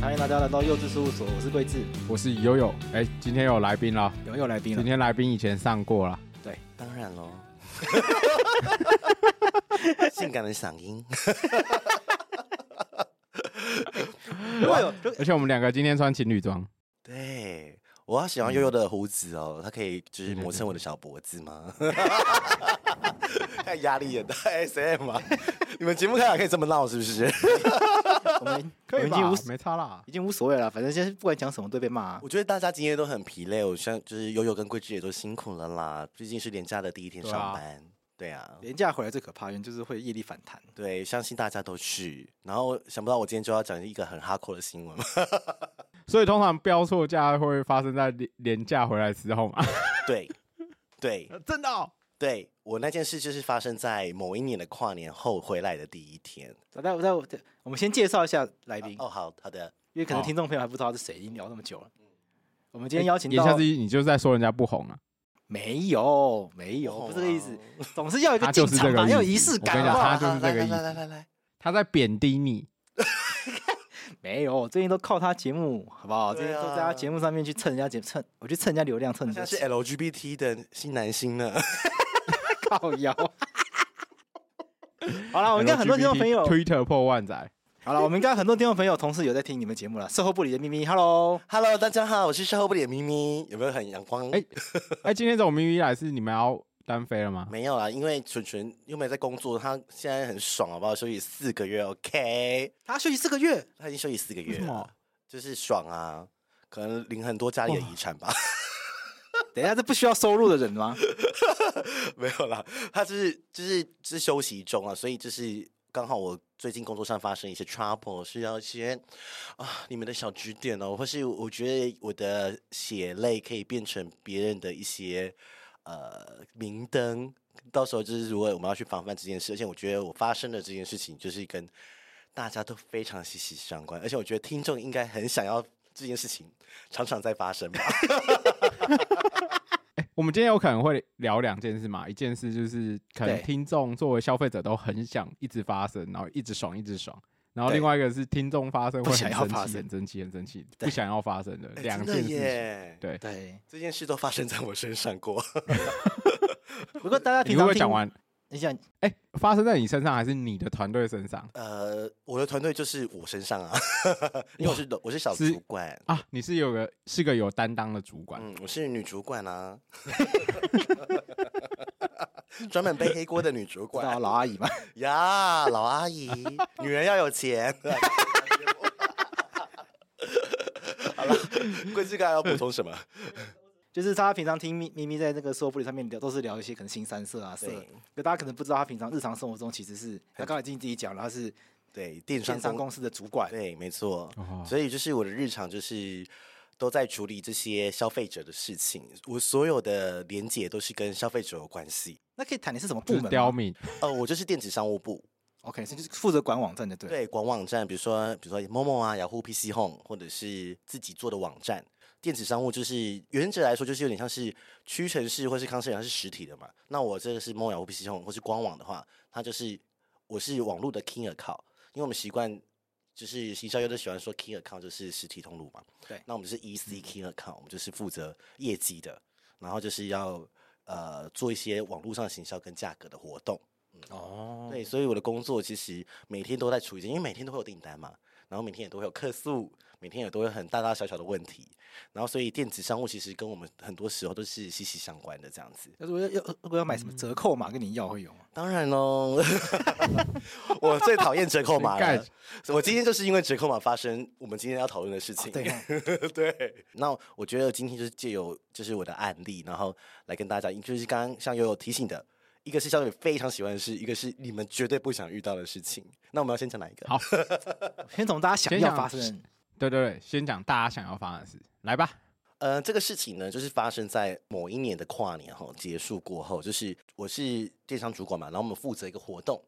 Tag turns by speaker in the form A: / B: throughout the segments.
A: 欢迎大家来到幼稚事务所，我是桂智，
B: 我是悠悠，哎、今天有来宾了，
A: 有有来宾
B: 今
A: 了，
B: 天来宾以啊前上过了，
A: 对，
C: 当然 喽，性感的嗓音，
A: 如果有如
B: 而且我们两个今天穿情侣装，
C: 对我好喜欢悠悠的胡子哦，它可以就是磨蹭我的小脖子吗？ 太压力也大，SM 啊！ 你们节目开场可以这么闹是不是？
A: 我们我们已经无所
B: 没差啦。
A: 已经无所谓了，反正现在不管讲什么都被骂啊、
C: 我觉得大家今天都很疲累，我像就是悠悠跟桂枝也都辛苦了啦，毕竟是连假的第一天
B: 对啊
C: 上班，对啊。
A: 廉价回来最可怕的原因就是会业力反弹，
C: 对，相信大家都是。然后想不到我今天就要讲一个很哈扣的新闻，
B: 所以通常标错价会发生在廉廉价回来之后嘛？
C: 对，对，
B: 真的、哦？
C: 对我那件事就是发生在某一年的跨年后回来的第一天。
A: 大家我在我在我们先介绍一下
B: 哎
A: 来宾，
C: 哦，好好的，
A: 因为可能
B: 好
A: 听众朋友还不知道他是谁，已经聊那么久了。我们今天邀请
B: 言
A: 到、
B: 下之意，你哎就是在说人家不红啊？
A: 没有没有，
C: 哦
A: 不是这个意思，总是要有一
B: 他
A: 个
B: 就
A: 进
B: 是
A: 场
B: 这
A: 吧，
B: 个
A: 要有
B: 意
A: 仪
B: 思
A: 式
B: 我跟
A: 感
B: 你讲
A: 吧。
B: 他就是这个意思
C: 来来来来来，
B: 他在贬低你。
A: 没有，我最近都靠他节目，好不好？最
C: 对啊
A: 近都在他节目上面去蹭人家节蹭，我去蹭人家流量，蹭
B: 嗯
A: 人
C: 他
A: 家
C: 是 LGBT 的新男星呢。
A: 靠腰。好啊了，我们应该很多听众朋友，
B: Twitter 破万载，
A: 好了，我们应该很多听众朋友、同事有在听你们节目了。售后不理的咪咪，Hello，
C: Hello，大家好，我是售后不理的咪咪，有没有很阳光？
B: 哎哎、今天这种咪咪来是你们要单飞了吗？
C: 没有啦，因为纯纯又没有在工作，他现在很爽，好不好？休息四个月，OK？
A: 他休息四个月，
C: 他已经休息四个
B: 为
C: 月
B: 什么
C: 了，？就是爽啊，可能领很多家里的遗产吧。
A: 等一下这不需要收入的人吗？
C: 没有啦，他就是就是是休息中啊，所以就是刚好我最近工作上发生一些 trouble，需要一些啊你们的小指点哦，或是我觉得我的血泪可以变成别人的一些呃明灯，到时候就是如果我们要去防范这件事，而且我觉得我发生的这件事情就是跟大家都非常息息相关，而且我觉得听众应该很想要这件事情常常在发生吧。
B: 我们今天有可能会聊两件事嘛，一件事就是可能
A: 对
B: 听众作为消费者都很想一直发生，然后一直爽一直爽，然后
C: 对
B: 另外一个是听众发生
A: 不
B: 会
A: 想要
B: 很生
A: 发
B: 气、
A: 生
B: 很生气、很生气，不想要发生的
C: 哎
B: 两 件
C: 真的
B: 事情。
C: 耶，
B: 对，
A: 对，
C: 这件事都发生在我身上过。
A: 不过大家
B: 你
A: 平常
B: 会不会
A: 听
B: 讲，完？
A: 你想
B: 哎，发生在你身上还是你的团队身上
C: 呃，我的团队就是我身上啊，因为我是的我是小
B: 是
C: 主管，
B: 啊？你是有个是个有担当的主管，
C: 嗯，我是女主管啊， 专门背黑锅的女主
A: 知道
C: 管
A: 老阿姨吗？
C: 呀，老阿姨，女人要有钱。 好了，桂枝刚要补充什么？
A: 就是大家平常听咪咪咪在那个售后不理上面聊，都是聊一些可能新三色啊色
C: 对，
A: 可大家可能不知道他平常日常生活中其实是他刚才已经自己讲了，他是
C: 对，电商
A: 电商
C: 公
A: 公司的主管，
C: 对，没错。
A: 嗯
B: 哦
C: 所以就是我的日常就是都在处理这些消费者的事情，我所有的连接都是跟消费者有关系。
A: 那可以谈你是什么部
B: 就是
A: 门吗
B: 刁民，
C: 呃，我就是电子商务部，
A: ？OK，所以就是负责管网站的，对了。
C: 对，管网站，比如说比如说 Momo 啊、雅虎 PC Home，或者是自己做的网站。电子商务就是原则来说，就是有点像是屈臣氏或是康师傅，它是实体的嘛。那我这个是 Momo 雅虎 PC Home 或是官网的话，它就是我是网络的 King account，因为我们习惯就是行销业都喜欢说 King account 就是实体通路嘛。
A: 对嗯
C: 那我们是 EC King account，我们就是负责业绩的，然后就是要呃做一些网络上行销跟价格的活动。
A: 哦，
C: 对，所以我的工作其实每天都在处理，因为每天都会有订单嘛，然后每天也都会有客诉，每天也都会有很大大小小的问题，然后所以电子商务其实跟我们很多时候都是息息相关的这样子。
A: 要是我要要如果要买什么折扣码跟你要会有吗？
C: 当然喽， 我最讨厌折扣码
B: 盖
C: 了，我今天就是因为折扣码发生我们今天要讨论的事情。
A: 对哦，
C: 对， 那我觉得今天就是借由就是我的案例，然后来跟大家，就是刚刚像悠悠提醒的，一个是消费者非常喜欢的事，一个是你们绝对不想遇到的事情。那我们要先讲哪一个？
B: 好
A: 先从大家哦想
B: 先
A: 要
B: 讲
A: 发生，
B: 对对对，先讲大家想要发生的事，来吧。
C: 呃，这个事情呢，就是发生在某一年的跨年哈结束过后，就是我是电商主管嘛，然后我们负责一个活动。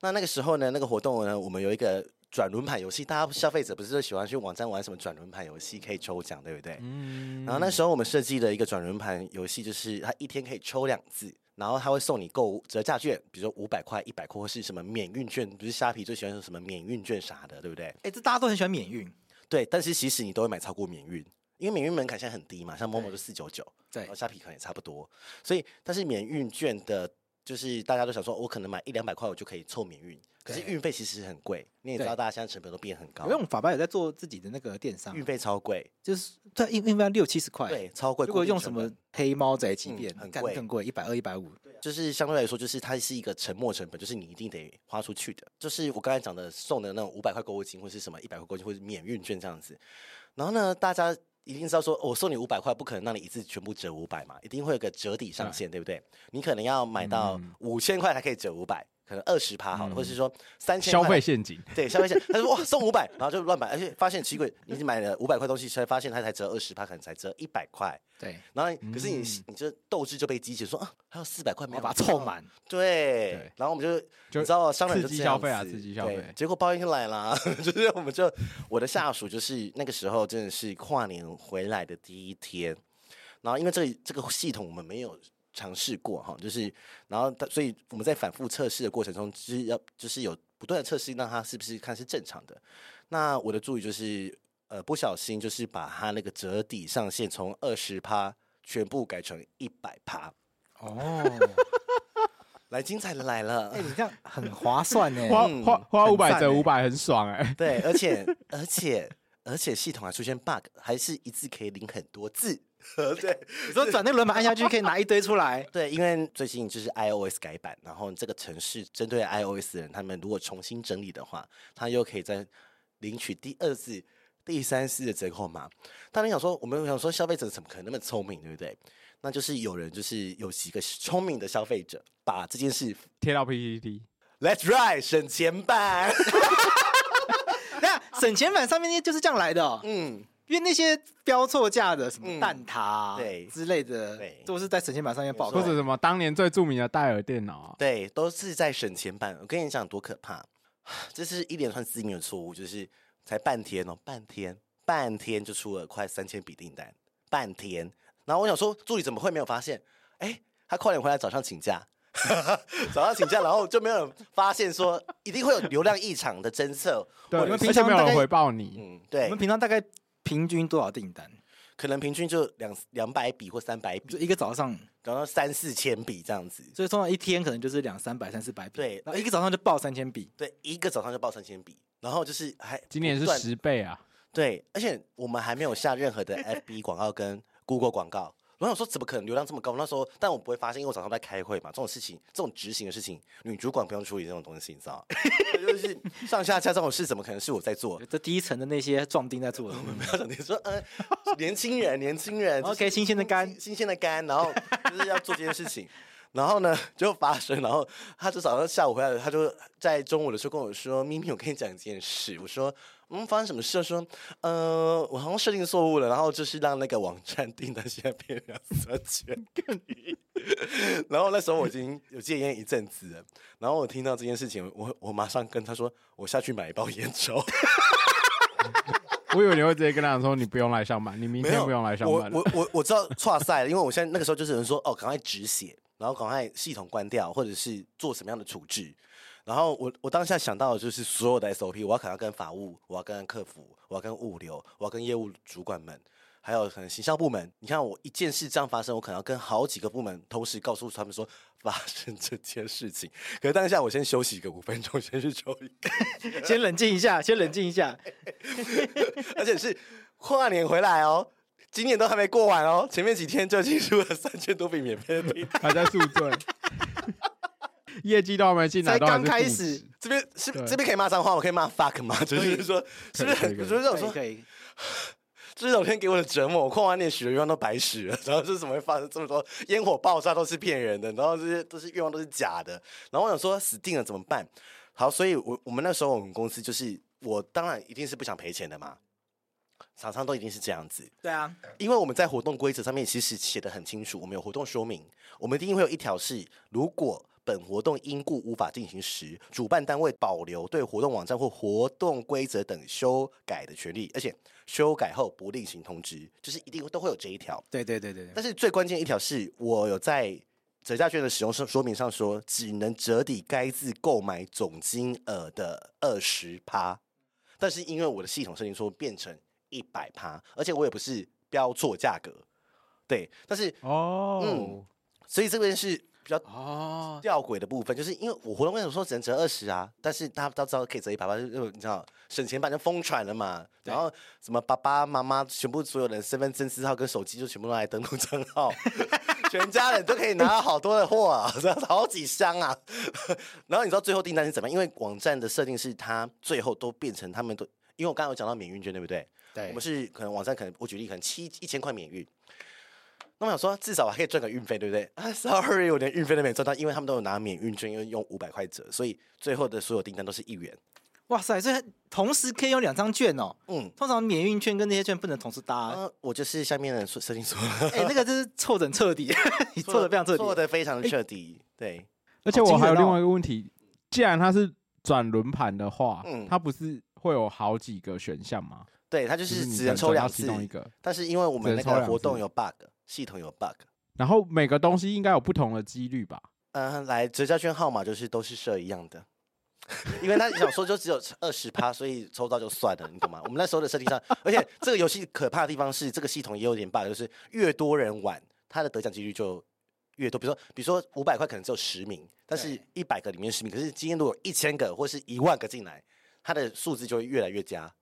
C: 那那个时候呢，那个活动呢，我们有一个转轮盘游戏，大家消费者不是都喜欢去网站玩什么转轮盘游戏，可以抽奖，对不对？
B: 嗯，
C: 然后那时候我们设计了一个转轮盘游戏，就是它一天可以抽两次，然后它会送你购物折价券，比如说五百块、一百块或是什么免运券，不是虾皮最喜欢用什么免运券啥的，对不对？
A: 哎，这大家都很喜欢免运，
C: 对，但是其实你都会买超过免运，因为免运门槛现在很低嘛，像某某就四九九，
A: 对
C: 然后虾皮可能也差不多，所以但是免运券的，就是大家都想说，我可能买一两百块我就可以凑免运，可是
A: 对
C: 运费其实很贵，你也知
A: 对
C: 道大家现在成本都变很高
A: 因为，我们法白有在做自己的那个电商，啊
C: 运费超贵，
A: 就是对运运费要六七十块，
C: 对，超贵。
A: 如果
C: 固定
A: 用什
C: 成
A: 么
C: 本
A: 黑猫宅急
C: 嗯
A: 便，
C: 很
A: 干
C: 贵
A: 更贵，一百二、一百五，
C: 就是相对来说，就是它是一个沉没成本，就是你一定得花出去的。就是我刚才讲的送的那种五百块购物金，或是什么一百块购物金，或是免运券这样子。然后呢，大家一定知道说，哦我送你五百块，不可能让你一次全部折五百嘛，一定会有个折抵上限，对不对？你可能要买到
A: 嗯
C: 五千块才可以折五百，可能二十趴好了，或是说三千
B: 消费陷阱。
C: 对，消费者他说哇送五百，然后就乱买，而且发现奇怪，你只买了五百块东西，才发现它才折二十趴，可能才折一百块。
A: 对，
C: 然后
A: 嗯
C: 可是你、你这斗志就被激起，说啊还有四百块没
A: 我
C: 有
A: 哦把它
C: 用
A: 凑满，
C: 对，
B: 对
C: 然后我们就
B: 就
C: 你知道商人就
B: 刺激
C: 这样
B: 消费啊
C: 子
B: 刺激消
C: 对
B: 费
C: 结果报应就来啦， 就是我们就我的下属就是那个时候真的是跨年回来的第一天，然后因为这这个系统我们没有。尝试过哈，就是，然后他，所以我们在反复测试的过程中，就是要就是有不断的测试，让他是不是看是正常的。那我的助理就是，呃，不小心就是把他那个折抵上限从二十趴全部改成一百趴，
A: 哦，
C: 来精彩的来了。
A: 哎，你这样很划算 呢，
B: 花花花
A: 嗯很
B: 五百
A: 赞
B: 折
A: 欸
B: 五百很爽哎、
C: 对，而且而且而且系统还出现 bug，还是一次可以领很多次。 对
A: 你说转那个轮盘按下去可以拿一堆出
C: ，
A: 来
C: 对，因为最近就是 iOS 改版，然后这个城市针对 iOS 的人，他们如果重新整理的话，他又可以再领取第二次、第三次的折扣码。当然想说，我们想说消费者怎么可能那么聪明，对不对？那就是有人就是有几个聪明的消费者，把这件事
B: 贴到 PPT，
C: Let's Right 省钱版，
A: 那省钱版上面那些就是这样来的哦，
C: 嗯，
A: 因为那些标错价的，什
C: 嗯
A: 么蛋挞啊
C: 对
A: 之类的
C: 对，
A: 都是在省钱版上面报
C: 没
B: 或
A: 告
C: 错
B: 者
A: 的。
B: 什么当年最著名的戴尔电脑啊，
C: 对，都是在省钱版。我跟你讲多可怕， 这是一连串致命的错误，就是才半天哦，半天，半天就出了快三千笔订单，半天。然后我想说，助理怎么会没有发现？哎，他跨年回来早上请假。 早上请假，然后就没有人发现说一定会有流量异常的侦测。
B: 对，
A: 我们
B: 而
A: 平
B: 且
A: 常
B: 没有
A: 大
B: 人
A: 概
B: 回报你，
C: 嗯，
A: 我
C: 对
A: 们，平常大概平均多少订单？
C: 可能平均就两两百笔或三百
A: 就
C: 笔，
A: 一个早上，
C: 然后三四千笔这样子。
A: 所以通常一天可能就是两三百、三四百笔。
C: 对
A: 然后一个早上就报三千笔。
C: 对，一个早上就报三千笔，然后就是还
B: 今年
C: 不
B: 是
C: 断
B: 十倍啊，
C: 对，而且我们还没有下任何的 FB 广告跟 Google 广告。我想说，怎么可能流量这么高？那时候，但我不会发现，因为我早上在开会嘛。这种事情，这种执行的事情，女主管不用处理这种东西，你知道吗？ 就是上下架这种事，怎么可能是我在做？
A: 这第一层的那些壮丁在做的，
C: 不要讲你说，呃，年轻人，年轻人
A: OK，新鲜的肝
C: 新新鲜的肝，然后就是要做这件事情。然后呢，就发生，然后他就早上下午回来了，他就在中午的时候跟我说：“咪咪，我跟你讲一件事。”我说：“嗯，发生什么事？”他说：“呃，我好像设定错误了，然后就是让那个网站订单现在变成三千个亿。”然后那时候我已经有戒烟一阵子了，然后我听到这件事情，我我马上跟他说：“我下去买一包烟抽。”
B: 我以为你会直接跟他讲说你不用来上班，你明
C: 没
B: 天
C: 有，
B: 不用来上班
C: 我
B: 了。
C: 我我我知道错赛了，因为我现在那个时候就是有人说哦，赶快止血，然后赶快系统关掉，或者是做什么样的处置。然后我我当下想到的就是所有的 SOP，我要可能要跟法务，我要跟客服，我要跟物流，我要跟业务主管们，还有可能行销部门。你看我一件事这样发生，我可能要跟好几个部门同时告诉他们说发生这件事情。可是当下我先休息个五分钟，先去抽一个。
A: 先冷静一下，先冷静一下。
C: 哎而且是跨年回来哦，今年都还没过完哦，前面几天就进入了三千多笔免费的 订单，
B: 还在宿醉， 业绩都还没进来，
A: 才
B: 都还
A: 刚
B: 是
A: 开
B: 负
A: 始
B: 值，
C: 这边是不
B: 对
C: 这边可以骂脏话，我可以骂 fuck 吗？就是说，是不是
B: 可以可以
C: 很？就是
A: 可
C: 我
A: 以
C: 说，
A: 可以，
C: 这种天给我的折磨，我跨完年许的愿望都白许了，然后这怎么会发生这么多烟火爆炸都是骗人的，然后这些都是愿望都是假的，然后我想说死定了怎么办？好，所以我我们那时候我们公司就是我当然一定是不想赔钱的嘛，厂商都一定是这样子，
A: 对啊，
C: 因为我们在活动规则上面其实写的很清楚，我们有活动说明，我们一定会有一条是，如果本活动因故无法进行时，主办单位保留对活动网站或活动规则等修改的权利，而且修改后不另行通知，就是一定都会有这一条。
A: 对对对对对，
C: 但是最关键一条是我有在折价券的使用说说明上说，只能折抵该自购买总金额的二十趴。但是因为我的系统设定说变成一百趴，而且我也不是标错价格，对，但是嗯
B: 哦，
C: 所以这边是比较
B: 哦，
C: 吊诡的部分，就是因为我活动为什么说只能折二十啊？但是大家都知道可以折一百八，就是你知道省钱版就疯传了嘛。然后什么爸爸妈妈全部所有人身份证字号跟手机就全部都来登录账号， 全家人都可以拿到好多的货啊，这样子好几箱啊。然后你知道最后订单是怎么样？因为网站的设定是它最后都变成他们都，因为我刚刚有讲到免运券对不对？
A: 对
B: 哎
C: 我们是可能网站可能我举例可能七一千块免运。那我想说，至少我还可以赚个运费，对不对？啊，sorry，我连运费都没赚到，因为他们都有拿免运券，因为用五百块折，所以最后的所有订单都是一元。
A: 哇塞，所以同时可以用两张券哦。
C: 嗯，
A: 通常免运券跟那些券不能同时搭、
C: 啊，我就是下面的设设定说，
A: 哎、那个真是凑整彻 底，你凑的非常彻底。
C: 做的非常彻底。
B: 哎
C: 对，
B: 而且我还
A: 好惊
B: 有
A: 人哦
B: 另外一个问题，既然它是转轮盘的话
C: 嗯，
B: 它不是会有好几个选项吗？
C: 对，他就
B: 就是
C: 是
B: 你
C: 只
B: 转
C: 能抽
B: 到
C: 两
B: 其
C: 次，
B: 中一个，
C: 但是因为我们
B: 只
C: 那
B: 能抽
C: 个
B: 两
C: 活动
B: 次
C: 有 bug，系统有 bug。
B: 然后每个东西应该有不同的几率吧？
C: 嗯、来折价券号码就是都是设一样的，因为他想说就只有二十趴，所以抽到就算了，你懂吗？我们那时候的设定上，而且这个游戏可怕的地方是，这个系统也有点 bug，就是越多人玩，它的得奖几率就越多。比如说，比如说五百块可能只有十名，但是
A: 对
C: 一百个里面十名，可是今天如果有一千个或是一万个进来，它的数字就会越来越加，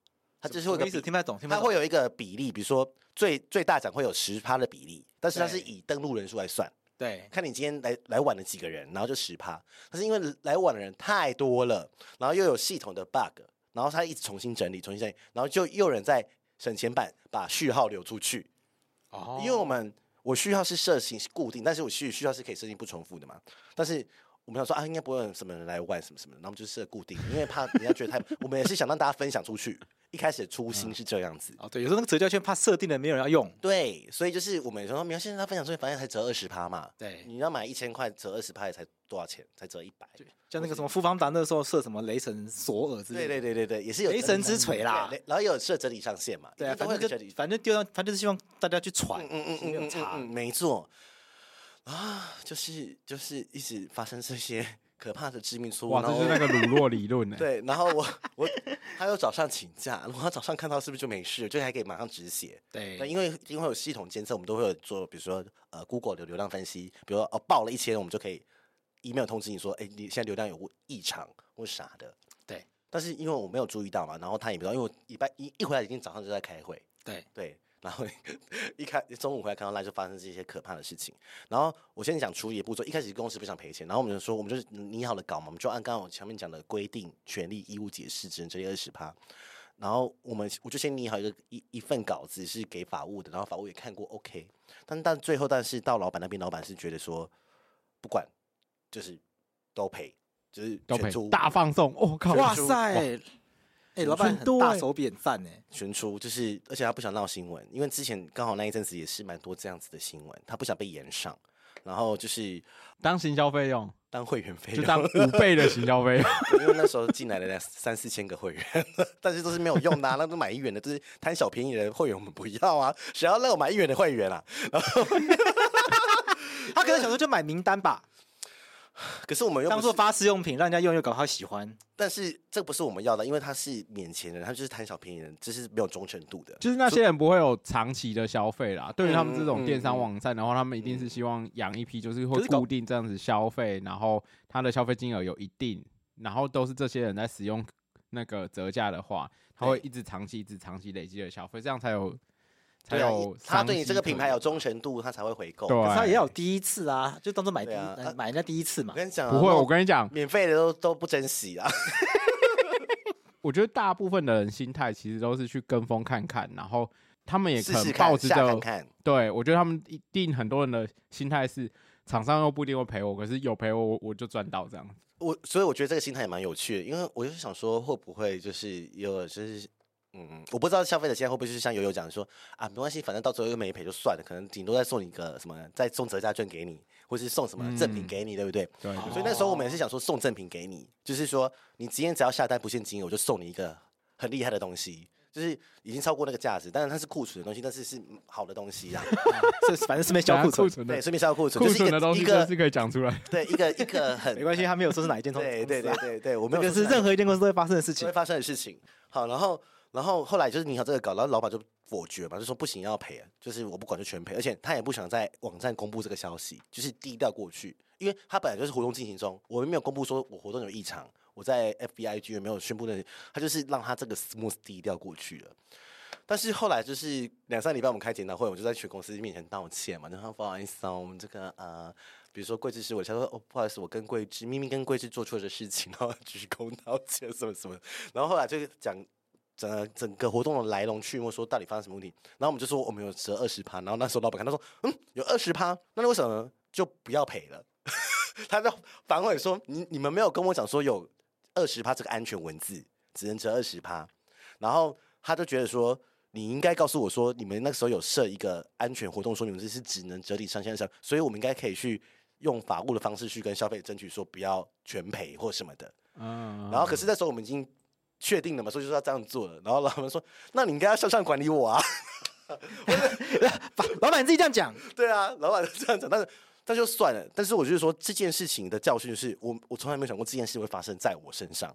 C: 它就是会
A: 什么
C: 有个
A: 意思
C: 比
A: 听不太懂，听不
C: 它
A: 太懂
C: 会。有一个比例，比如说最最大奖会有十趴的比例，但是它是
A: 对
C: 以登录人数来算。
A: 对，
C: 看你今天来来晚了几个人，然后就十趴。但是因为来晚的人太多了，然后又有系统的 bug，然后他一直重新整理、重新整理，然后就又有人在省钱版把序号留出去，
B: 哦
C: 因为我们我序号是设定是固定，但是我序序号是可以设定不重复的嘛。但是我们想说啊，应该不会有什么人来玩什么什么的，然后我们就设固定，因为怕人家觉得太， 我们也是想让大家分享出去。一开始的初心是这样子，
A: 哦对，有时候那个折价券怕设定的没有人要用。
C: 对，所以就是我们说，没有现在他分享出去，反正才折二十趴嘛，
A: 对，
C: 你要买一千块折二十趴也才多少钱？才折一百。
A: 像那个什么富邦达那时候设什么雷神索尔之类
C: 对
A: 的。
C: 对对对对，也是有
A: 雷
C: 折
A: 神
C: 抵
A: 之锤啦
C: 对然后也有设折抵上限嘛，
A: 对
C: 一
A: 啊，
C: 定都
A: 反
C: 会
A: 正
C: 有
A: 就
C: 折抵。
A: 反正丢到，他就是希望大家去传
C: 嗯，嗯
A: 其实没
C: 嗯嗯
A: 有
C: 嗯嗯
A: 差
C: 嗯，没错。啊，就是就是一直发生这些可怕的致命错误，
B: 哇，
C: 然
B: 这
C: 后
B: 就是那个乳酪理 论呢。
C: 哦
B: 欸
C: 对，然后我我他又早上请假，如果他早上看到是不是就没事了，就还可以马上止血。那
A: 对，
C: 因为因为有系统监测，我们都会有做，比如说呃 Google 的流量分析，比如说哦报了一千，我们就可以 email 通知你说，哎，你现在流量有异常或啥的。
A: 对，
C: 但是因为我没有注意到嘛，然后他也不知道，因为我礼拜一一回来已经早上就在开会，
A: 对
C: 对，然后 一开中午回来看到赖就发生这些可怕的事情。然后我先讲处理的步骤，一开始公司不想赔钱，然后我们就说我们就是拟好了稿嘛，我们就按刚刚我前面讲的规定、权利、义务解释只能这些二十趴。然后我们我就先拟好一个一一份稿子是给法务的，然后法务也看过 OK，但但最后但是到老板那边，老板是觉得说不管，就是都赔，就是
B: 都
C: 全
B: 赔
C: 出
B: 大放送，我 靠！
A: 哇
C: 出
A: 塞，哎，老板
B: 很
A: 很
B: 多
A: 大
B: 欸
A: 手笔很赞哎，
C: 全出，就是而且他不想闹新闻，因为之前刚好那一阵子也是蛮多这样子的新闻，他不想被延上，然后就是
B: 当行销费用
C: 当会员费
B: 就
C: 用，
B: 当五倍的行销费 用。
C: 因为那时候进来的那三四千个会员， 但是都是没有用的、啊，那都买一元的，就是贪小便宜的会员我们不要啊，谁要让我买一元的会员啊？
A: 他可能想说就买名单吧，
C: 可是我们又不
A: 当做
C: 是
A: 发试用品，让人家用又搞他喜欢。
C: 但是这不是我们要的，因为他是免钱人，他就是贪小便宜人，这是没有忠诚度的。
B: 就是那些人不会有长期的消费啦。对于他们这种电商网站的话，他们一定是希望养一批，就是
A: 可
B: 会
A: 是搞
B: 固定这样子消费，然后他的消费金额有一定，然后都是这些人在使用那个折价的话，他会一直长期、一直长期累积的消费，这样才有才
C: 对啊
B: 有，
C: 他对你这个品牌有
B: 中，
C: 忠诚度，他才会回购。
B: 对啊
A: 可是他也要有第一次啊，就当做买第一、
C: 对啊啊
A: 买人家第一次嘛
C: 我。跟你讲啊、
B: 不会，
C: 那种
B: 我跟你讲，
C: 免费的都都不珍惜啊。
B: 我觉得大部分的人心态其实都是去跟风看看，然后他们也可
C: 试试
B: 能
C: 看，
B: 抱着
C: 下看看，
B: 对，我觉得他们一定很多人的心态是，厂商又不一定会赔我，可是有赔我，我我就赚到这样。
C: 我所以我觉得这个心态也蛮有趣的，因为我就是想说，会不会就是有就是嗯，我不知道消费者现在会不会就是像友友讲的说啊，没关系，反正到最后又没赔就算了，可能顶多再送你一个什么，再送折价券给你，或是送什么赠品
B: 嗯
C: 给你，对不对？
B: 对，对
A: 哦
C: 所以那时候我们也是想说送赠品给你，就是说你今天只要下单不限金额，我就送你一个很厉害的东西。就是已经超过那个价值，但是它是库存的东西，但是是好的东西啦。
A: 这反正是没啊销库存，
B: 存
C: 对，
B: 的
C: 顺便销库存，
B: 库
C: 就是一
B: 存的
C: 个
B: 东
C: 一
B: 西，
C: 个
B: 是可以讲 出来。
C: 对一个一个很
A: 没关系，他没有说是哪 一间公司啊，
C: 对对对对对，我
A: 这
C: 们
A: 个是任
C: 何
A: 何一间公司都会发生的事
C: 都
A: 情
C: 会。发生的事情。好，然后然后后来就是你好这个搞，然后老板就否决嘛，就说不行要赔，就是我不管就全赔，而且他也不想在网站公布这个消息，就是低调过去，因为他本来就是活动进行中，我们没有公布说我活动有异常，我在 FBIG 也没有宣布的，他就是让他这个 smooth 低调过去了。但是后来就是两三礼拜我们开检讨会，我就在全公司面前道歉嘛，然后不好意思啊，我们这个呃，比如说桂枝是我的想说哦，不好意思，我跟桂枝明明跟桂枝做错的事情，然后鞠躬道歉什么什么， 然后后来就讲。整整个活动的来龙去脉，说到底发生什么问题，然后我们就说我们有折二十趴，然后那时候老板看他说，嗯，有二十趴，那为什么就不要赔了？ 他就反悔说，你你们没有跟我讲说有二十趴这个安全文字，只能折二十趴，然后他就觉得说，你应该告诉我说，你们那时候有设一个安全活动说明文字是只能折抵上限的时候，所以我们应该可以去用法务的方式去跟消费者争取说不要全赔或什么的。
B: 嗯，
C: 然后可是那时候我们已经确定了嘛，所以就是要这样做了。然后老板说：“那你应该要向上管理我啊。
A: 把老板自己这样讲，”
C: 对啊，老板就这样讲，但是但就算了。但是我就是说这件事情的教训就是，我我从来没有想过这件事会发生在我身上，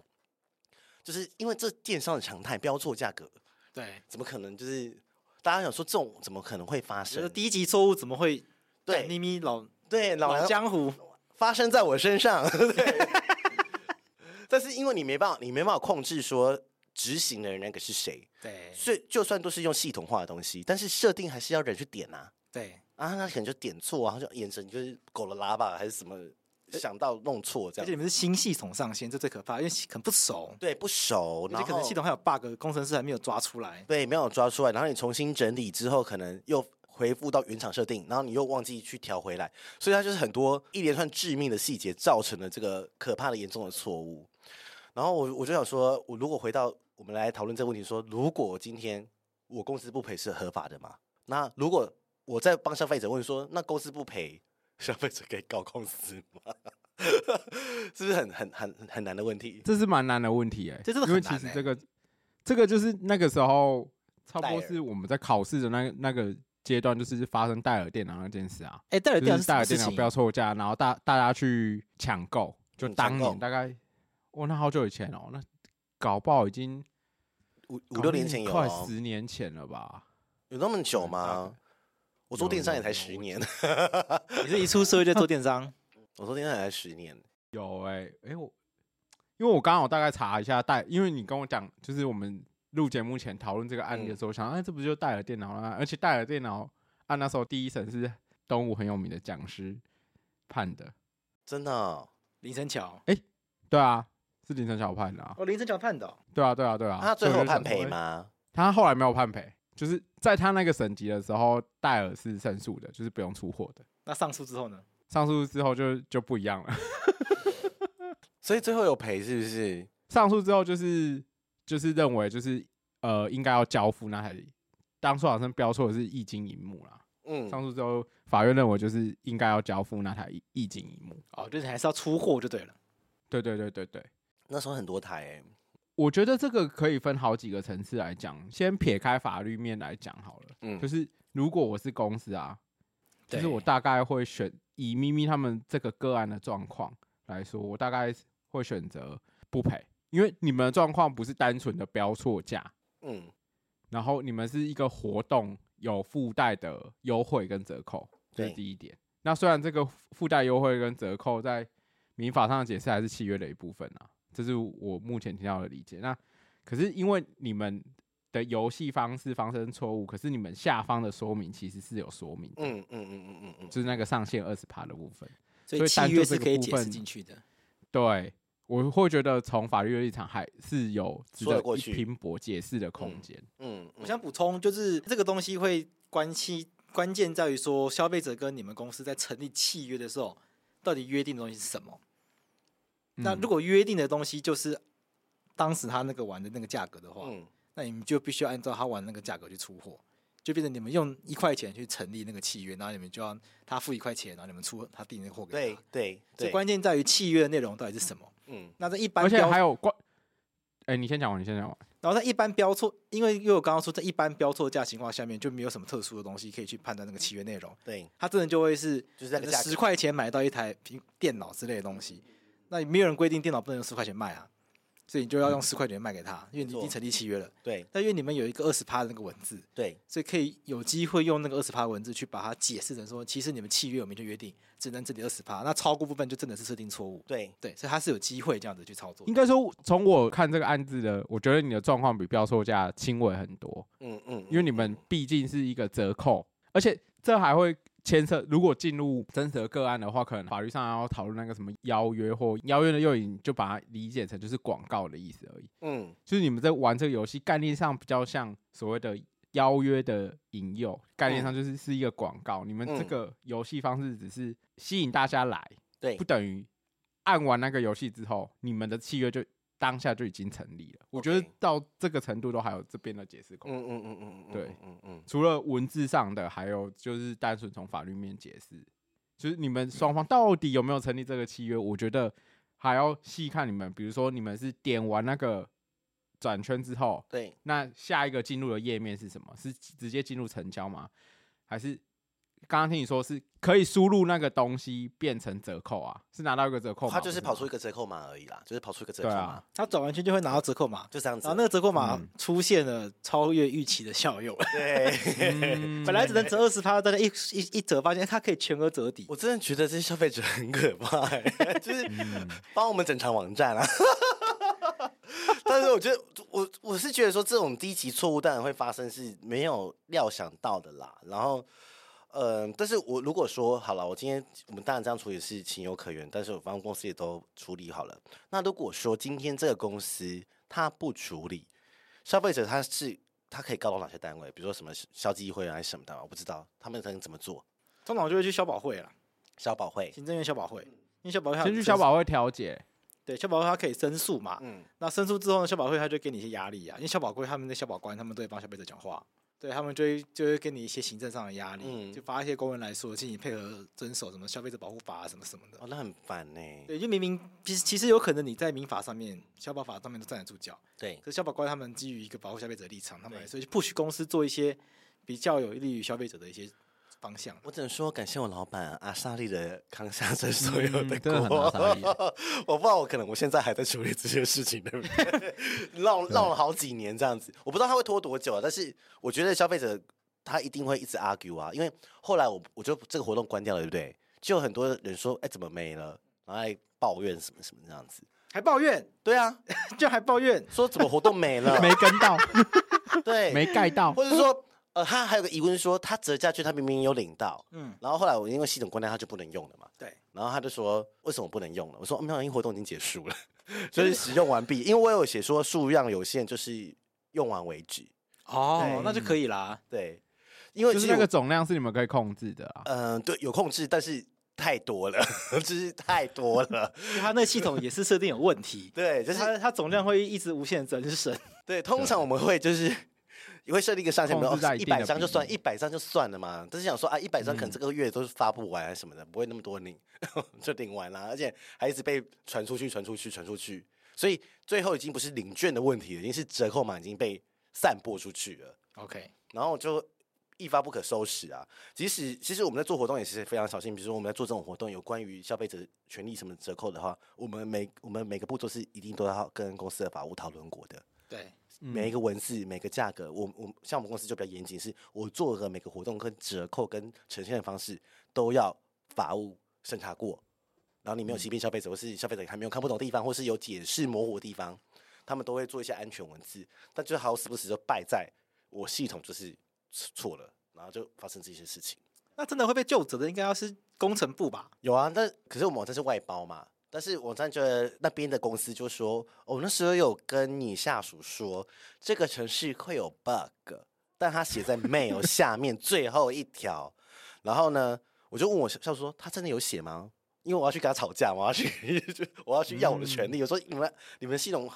C: 就是因为这电商的常态，标错价格，
A: 对，
C: 怎么可能就是？大家想说这种怎么可能会发
A: 觉
C: 生
A: 得？低级错误怎么会
C: 对
A: 咪咪老
C: 对，老
A: 老
C: 娘
A: 江湖，
C: 发生在我身上。对 但是因为你没办法，你没办法控制说执行的人那个是谁，
A: 对
C: 所以就算都是用系统化的东西，但是设定还是要人去点啊
A: 对，
C: 啊，那可能就点错啊，就眼神就是狗了拉吧，还是什么想到弄错
A: 呃
C: 这
A: 而且你
C: 样，
A: 们是新系统上线，这最可怕，因为很不熟，
C: 对不熟，
A: 而
C: 然
A: 且可能
C: 后
A: 系统还有 bug，工程师还没有抓出来。
C: 对没有抓出来，然后你重新整理之后，可能又。回复到原厂设定，然后你又忘记去调回来，所以它就是很多一连串致命的细节造成了这个可怕的严重的错误。然后我我就想说，我如果回到我们来讨论这个问题说，如果今天我公司不赔是合法的嘛？那如果我在帮消费者问说，那公司不赔，消费者可以告公司吗？ 是不是很很很很难的问题？
B: 这是蛮难的问题哎、
A: 这真的
B: 因为
A: 很
B: 其
A: 难
B: 实
A: 欸
B: 这个这个就是那个时候差不
C: 戴
B: 多
C: 尔
B: 是我们在考试的那那个阶段，就是发生戴尔电脑那件事啊，
A: 哎，戴尔
B: 就
A: 电脑是
B: 是
A: 什
B: 戴
A: 么
B: 尔
A: 事
B: 电脑
A: 情？
B: 标错价，然后大大家去抢购，就
C: 嗯
B: 当
C: 抢购
B: 年大概哦那好久以前哦，那搞不好已经
C: 五五
B: 搞
C: 六
B: 不好
C: 年
B: 已
C: 前
B: 经
C: 有、
B: 快
C: 哦，
B: 十年前了吧？
C: 有那么
B: 嗯
C: 久
B: 大
C: 吗
B: 概？
C: 我做
B: 有
C: 电商也
B: 有
C: 才
B: 有
C: 十
B: 我
C: 年，
A: 你是一出社会就做电商，
C: 我做电商也才十年，
B: 有哎、欸、哎、我，因为我刚刚我大概查一下戴，因为你跟我讲，就是我们录节目前讨论这个案例
C: 嗯
B: 的时候，我想哎、这不就戴尔电脑啦？而且戴尔电脑按那时候第一审是东吴很有名的讲师判的，
C: 真的哦、
A: 林晨桥，
B: 对啊，是林晨晓判的、啊，
A: 哦，林晨桥判的哦，
B: 对啊对啊对啊。
C: 那他
B: 所
C: 最
B: 以我
C: 后有
B: 就想
C: 判赔
B: 说？哎
C: 吗？
B: 他后来没有判赔，就是在他那个审级的时候，戴尔是胜诉的，就是不用出货的。
A: 那上诉之后呢？
B: 上诉之后就就不一样了。
C: 所以最后有赔是不是？
B: 上诉之后就是就是认为就是呃应该要交付那台，当初好像标错的是液晶荧幕啦。
C: 嗯，
B: 上诉之后，法院认为就是应该要交付那台液液晶荧幕。
A: 哦，就是还是要出货就对了。
B: 对对对对对，
C: 那时候很多台哎、
B: 我觉得这个可以分好几个层次来讲，先撇开法律面来讲好了。
C: 嗯
B: 就，是如果我是公司啊，就
A: 对
B: 是我大概会选以咪咪他们这个个案的状况来说，我大概会选择不赔，因为你们的状况不是单纯的标错价，
C: 嗯，
B: 然后你们是一个活动有附带的优惠跟折扣，这是
C: 对
B: 第一点。那虽然这个附附带优惠跟折扣在民法上的解释还是契约的一部分啊，这是我目前听到的理解。那可是因为你们的游戏方式发生错误，可是你们下方的说明其实是有说明的，
C: 嗯嗯嗯嗯嗯嗯，
B: 就是那个上限二十趴的部分。
A: 所以
B: 所以单
A: 契
B: 就
A: 约
B: 这
A: 是
B: 个
A: 可以
B: 部
A: 解释
B: 分
A: 进去的。
B: 对，我会觉得从法律的立场还是有值
C: 说得
B: 得
C: 过
B: 一
C: 去
B: 拼搏解释的空间。
C: 嗯，
A: 我想补充，就是这个东西会关系关键在于说，消费者跟你们公司在成立契约的时候，到底约定的东西是什么？那
B: 嗯
A: 如果约定的东西就是当时他那个玩的那个价格的话，
C: 嗯，
A: 那你们就必须要按照他玩那个价格去出货，就变成你们用一块钱去成立那个契约，然后你们就要他付一块钱，然后你们出他订那个货给
C: 对
B: 啊
A: 他。
C: 对
A: 所以
C: 对，
A: 关键在于契约的内容到底是什么。
C: 嗯
A: 那在一般
B: 而且
A: 标
B: 还有关，哎、你先讲完，你先讲完。
A: 然后在一般标错，因为因为我刚刚说在一般标错价情况下面，就没有什么特殊的东西可以去判断那个契约内容，
C: 对，
A: 它真的就会是
C: 就是那个价格
A: 十块钱买到一台平电脑之类的东西，那也没有人规定电脑不能用十块钱卖啊，所以你就要用十块钱卖给他，因为你
C: 没
A: 已
C: 错
A: 经成立契约了。
C: 对，
A: 但因为你们有一个二十趴的那个文字，
C: 对，
A: 所以可以有机会用那个二十趴文字去把它解释成说，其实你们契约有明确约定，只能这里二十趴，那超过部分就真的是设定错误。
C: 对，
A: 对，所以它是有机会这样子去操作的
B: 应。该说，从我看这个案子的，我觉得你的状况比标售价轻微很多，
C: 嗯嗯，
B: 因为你们毕竟是一个折扣，而且这还会牵涉，如果进入真实的个案的话，可能法律上要讨论那个什么邀约或邀约的诱引，就把它理解成就是广告的意思而已。
C: 嗯，
B: 就是你们在玩这个游戏，概念上比较像所谓的邀约的引诱，概念上就是是一个广告。你们这
C: 嗯
B: 个游戏方式只是吸引大家来，
C: 对
B: 不等于按完那个游戏之后，你们的契约就当下就已经成立了。我觉得
C: OK
B: 到这个程度都还有这边的解释
C: 嗯
B: 空间。
C: 嗯嗯嗯嗯嗯，
B: 对
C: 嗯嗯
B: 除了文字上的，还有就是单纯从法律面解释，就是你
C: 嗯
B: 们双方到底有没有成立这个契约？我觉得还要细看你们，比如说你们是点完那个转圈之后，
C: 对，
B: 那下一个进入的页面是什么？是直接进入成交吗？还是刚刚听你说是可以输入那个东西变成折扣啊？是拿到一个折扣码？
C: 他就是跑出一
B: 个
C: 个折扣码而已啦，就是跑出一个折扣
B: 对啊
C: 码，
A: 它转完圈就会拿到折扣码，
C: 就这样子
A: 然后。那个折扣码
B: 嗯
A: 出现了超越预期的效 用。
C: 对，
B: 嗯
A: 本来只能折二十趴，大概一一一折，发现它可以全额折抵。
C: 我真的觉得这些消费者很可怕、欸， 就是帮我们整场网站啊。 但是我觉得，我我是觉得说这种低级错误当然会发生，是没有料想到的啦。然后，嗯、但是我如果说好了，我今天我们当然这样处理是情有可原，但是我方公司也都处理好了。那如果说今天这个公司它不处理，消费者他是他可以告到哪些单位？比如说什么消基会啊还是什么的，我不知道他们能怎么做。
A: 通常我就会去消保会了，
C: 消保会，
A: 行政院消保会，因为消保会它有
B: 先去
A: 申
B: 消
A: 诉，
B: 保会调解，
A: 对消保会它可以申诉嘛。
C: 嗯，
A: 那申诉之后呢，消保会他就给你一些压力啊，因为消保会他们的消保官他们都会帮消费者讲话，对他们就会就会给你一些行政上的压力，
C: 嗯
A: 就发一些公文来说，请你配合遵守什么消费者保护法啊什么什么的。
C: 哦，那很烦呢、
A: 对，就明明其实其实有可能你在民法上面、消保法上面都站得住脚，
C: 对
A: 可是消保官他们基于一个保护消费者的立场，他们
C: 对
A: 所以就 push 公司做一些比较有利于消费者的一些方向。
C: 我只能说感谢我老板阿萨利的康下生所有
B: 嗯
C: 的
B: 真的很
C: 锅
B: 阿萨利
C: 我不知道，我可能我现在还在处理这些事情，对 不对？绕绕了好几年这样子，我不知道他会拖多久啊。但是我觉得消费者他一定会一直 argue 啊，因为后来我我就这个活动关掉了，对不对？就有很多人说，哎、怎么没了？然后还抱怨什么什么这样子。
A: 还抱怨，
C: 对啊，
A: 就还抱怨，
C: 说怎么活动没了？
B: 没跟到，
C: 对，
B: 没盖到，
C: 或者说，呃，他还有个疑问说，他折价券他明明有领到，
A: 嗯，
C: 然后后来我因为系统关掉，他就不能用了嘛。
A: 对，
C: 然后他就说：“为什么不能用了？”我说：“哦没有，因为活动已经结束了， 就是使用完毕。因为我有写说数量有限，就是用完为止。
A: 哦
C: 对，
A: 那就可以啦。
C: 对，因为
B: 就是
C: 其实
B: 那
C: 我
B: 个总量是你们可以控制的啊。
C: 嗯、对，有控制，但是太多了， 就是太多了。，
A: 因为它那个系统也是设定有问题
C: 对，
A: 就
C: 就
A: 是是它它总量会一直无限增生。
C: 对。通常我们会就是也会设定一个上限，比如
B: 啊控制在一
C: 一
B: 定的
C: 百张就算，
B: 比
C: 一百张就算了嘛。但是想说啊，一百张可能
B: 嗯
C: 这个月都是发不完啊什么的，不会那么多领， 就领完啦，而且还一直被传出去、传出去、传出去，所以最后已经不是领券的问题了，已经是折扣码已经被散播出去了，
A: OK，
C: 然后就一发不可收拾啊。即使其实我们在做活动也是非常小心，比如说我们在做这种活动有关于消费者权利什么折扣的话，我们每我们每个步骤是一定都要跟公司的法务讨论过的。
A: 对，
B: 嗯
C: 每一个文字、每个价格，我我像我们公司就比较严谨，是我做的每个活动跟折扣跟呈现的方式都要法务审查过，然后你没有欺骗消费者，或是消费者还没有看不懂的地方，或是有解释模糊的地方，他们都会做一些安全文字，但就好死不死就败在我系统就是错错了，然后就发生这些事情。
A: 那真的会被救责的应该要是工程部吧？
C: 有啊，但可是我们网站是外包嘛，但是网站觉得那边的公司就说，哦我、那时候有跟你下属说，这个城市会有 bug，但他写在 mail 下面最后一条，然后呢，我就问我下下属说，他真的有写吗？因为我要去跟他吵架，我要去， 我要去要我的权利。我说你们你们系统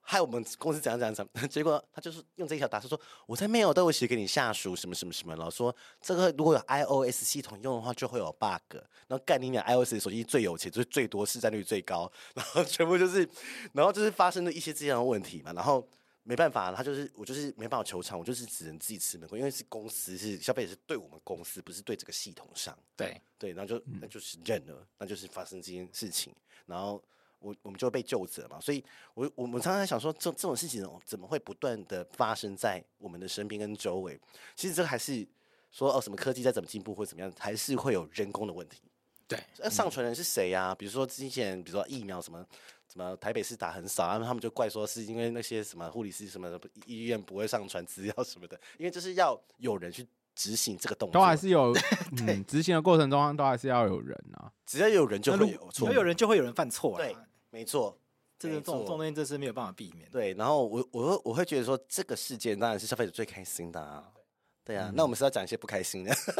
C: 害我们公司怎样怎样怎样， 结果他就是用这一条答说说我在 mail 都有写给你下属什么什么什么了，说这个如果有 iOS 系统用的话就会有 bug，然后干你俩 iOS 手机最有钱，就是最多市占率最高，然后全部就是，然后就是发生了一些这样的问题嘛，然后没办法，他就是我就是没办法求偿，我就是只能自己吃闷亏，因为是公司是消费者是对我们公司，不是对这个系统上。
A: 对，
C: 对，然后就那就是认了，那就是发生这件事情，然后我我们就被救责嘛，所以我我们常常在想说，这这种事情怎么会不断的发生在我们的身边跟周围？其实这个还是说哦，什么科技再怎么进步或怎么样，还是会有人工的问题。
A: 对，
C: 那上传人是谁呀、比如说之前，比如说疫苗什么。什么台北市打很少，然啊后他们就怪说是因为那些什么护理师什么的不医院不会上传资料什么的，因为就是要有人去执行这个动
B: 都还
C: 作，
B: 是有嗯，执行的过程中都还是要有人啊。
C: 只要有人就
A: 那如
C: 会有
A: 只
C: 错
A: 要
C: 误，
A: 有人就会有人犯错
C: 对
A: 啦。
C: 没错，
A: 这个
C: 没
A: 这种这
C: 错
A: 种东西，这是没有办法避免的。
C: 对，然后我我会我会觉得说，这个事件当然是消费者最开心的啊。对
A: 嗯
C: 啊，那我们是要讲一些不开心的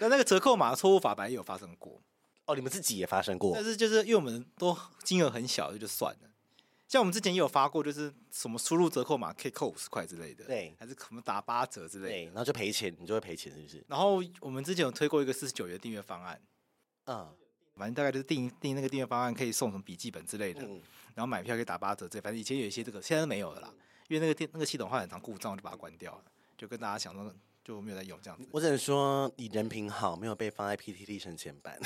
A: 那那个折扣码错误法白也有发生过，
C: 哦。你们自己也发生过
A: 但是就是因为我们都金额很小，就就算了。像我们之前也有发过，就是什么输入折扣码可以扣五十块之类的，
C: 对
A: 还是什么打八折之类
C: 对，
A: 的。
C: 然后就赔钱，你就会赔钱，是不是？
A: 然后我们之前有推过一个四十九元订阅方案，啊
C: 嗯
A: 反正大概就是订订那个订阅方案可以送什么笔记本之类的，
C: 嗯，
A: 然后买票可以打八折之类。反正以前有一些这个，现在都没有了啦，因为那个电那个系统后来很常故障，我就把它关掉了，就跟大家想说就没有在用这样子。
C: 我只能说你人品好，没有被放在 PTT 省钱版。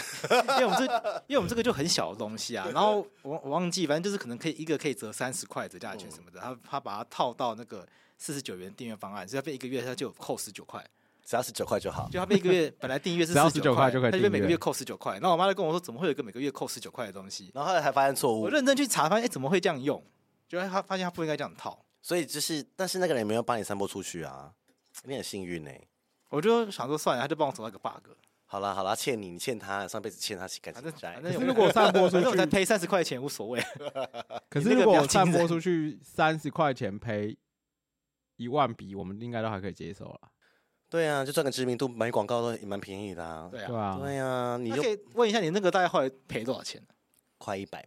A: 因为我们这，因为我们这个就很小的东西啊，然后我我忘记，反正就是可能可以一个可以折三十块折价券什么的，他他把它套到那个四十九元订阅方案，所以他被一个月他就扣十九块，
C: 只要是九块就好。
A: 就他被一个月本来订阅是
B: 只要
A: 十
B: 19块就可以
A: 他就被
B: 订阅
A: 每个月扣十九块，然后我妈就跟我说，怎么会有一个每个月扣十九块的东西？
C: 然后后来还发现错误
A: 我，认真去查，发现哎、怎么会这样用？就他发现他不应该这样套，
C: 所以就是，但是那个人没有帮你散播出去啊，你很幸运呢、
A: 我就想说算了，他就帮我找到一个 bug，
C: 好啦好啦，欠你，你欠他，上辈子欠他情感
A: 反正
C: 欠债
A: 反。
B: 可
A: 正
B: 是如果散播出
A: 反正我才
B: 去，
A: 赔三十块钱无所谓，
B: 可
A: 你
B: 是
A: 那
B: 如
A: 个
B: 果
A: 表
B: 我
A: 情
B: 散播
A: 是
B: 出去三十块钱赔一万笔，我们应该都还可以接受了，
C: 对啊，就赚个知名度，买广告都也蛮便宜的 啊。
A: 对
B: 对
A: 啊。
B: 吧？
C: 对啊，你
A: 你
C: 就
A: 可以问一下你那个大概后来赔多少钱？
C: 快一百，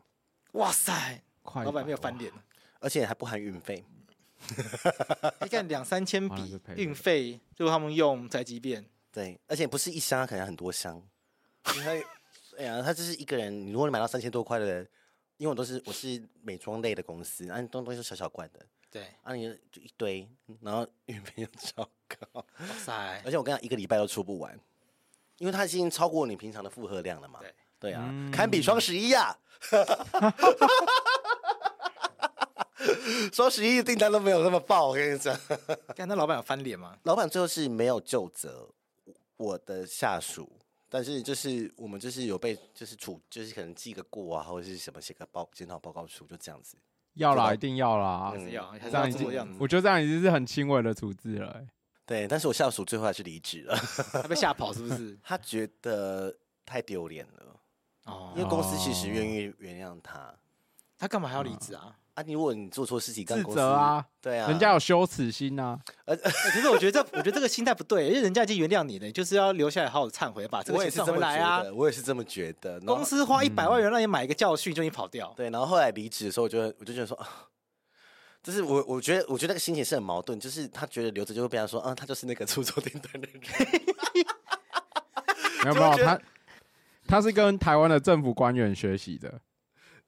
A: 哇塞，
B: 快
A: 老
B: 一百
A: 板没有翻
B: 哇
A: 脸。
C: 而且还不含运费。
A: 你看两三 千
B: 哇那是
A: 笔
B: 赔的
A: 运费，就他们用宅急便，
C: 对，而且不是一箱，它可能很多箱。因为它，哎呀，他就是一个人，如果你买到三千多块的，因为我都是我是美妆类的公司，啊，东东西是小小罐的，
A: 对，
C: 啊，你就一堆，然后运费又超高，
A: 哇塞
C: 而，且我跟你讲，一个礼拜都出不完，因为它已经超过你平常的负荷量了嘛。
A: 对，
C: 啊，
B: 嗯
C: 堪比双十一呀、双十一订单都没有那么爆，我跟你讲。
A: 看那老板有翻脸吗？
C: 老板最后是没有就责我的下属，但是就是我们就是有被就是处就是可能记个过啊，或者是什么写个报检讨报告书，就这样子。嗯
B: 要
C: 知道
B: 啦，一定要啦
A: 啊还。是要还是
B: 这样
A: 要
B: 已
A: 做
B: 经
A: 这样子，
B: 我觉得这样已经是很轻微的处置了、欸。
C: 对，但是我下属最后还是离职了，？
A: 他被吓跑是不是
C: 他觉得太丢脸了，因为
A: 哦，
C: 公司其实愿意原谅他。
A: 他干嘛还要离职 啊？
C: 啊，你如果你做错事情，
B: 自
C: 干公司
B: 责啊，
C: 对啊，
B: 人家有羞耻心 啊。
A: 欸可是我觉得这，我觉得这个心态不对，因为人家已经原谅你了，你就是要留下来好好忏悔，把这个
C: 我也
A: 钱
C: 是
A: 赚
C: 这
A: 回
C: 么
A: 来
C: 觉
A: 啊。
C: 得，我也是这么觉得。然后
A: 公司花一
B: 嗯
A: 百万元让你买一个教训，就你跑掉，
C: 对，然后后来离职的时候，我就我就觉得说，啊，就是我我觉得我觉得那个心情是很矛盾，就是他觉得留着就会被他说，啊，他就是那个出错订单的人，
B: 没有
C: 就
B: 没
C: 会
B: 有，
C: 觉得
B: 他他是跟台湾的政府官员学习的，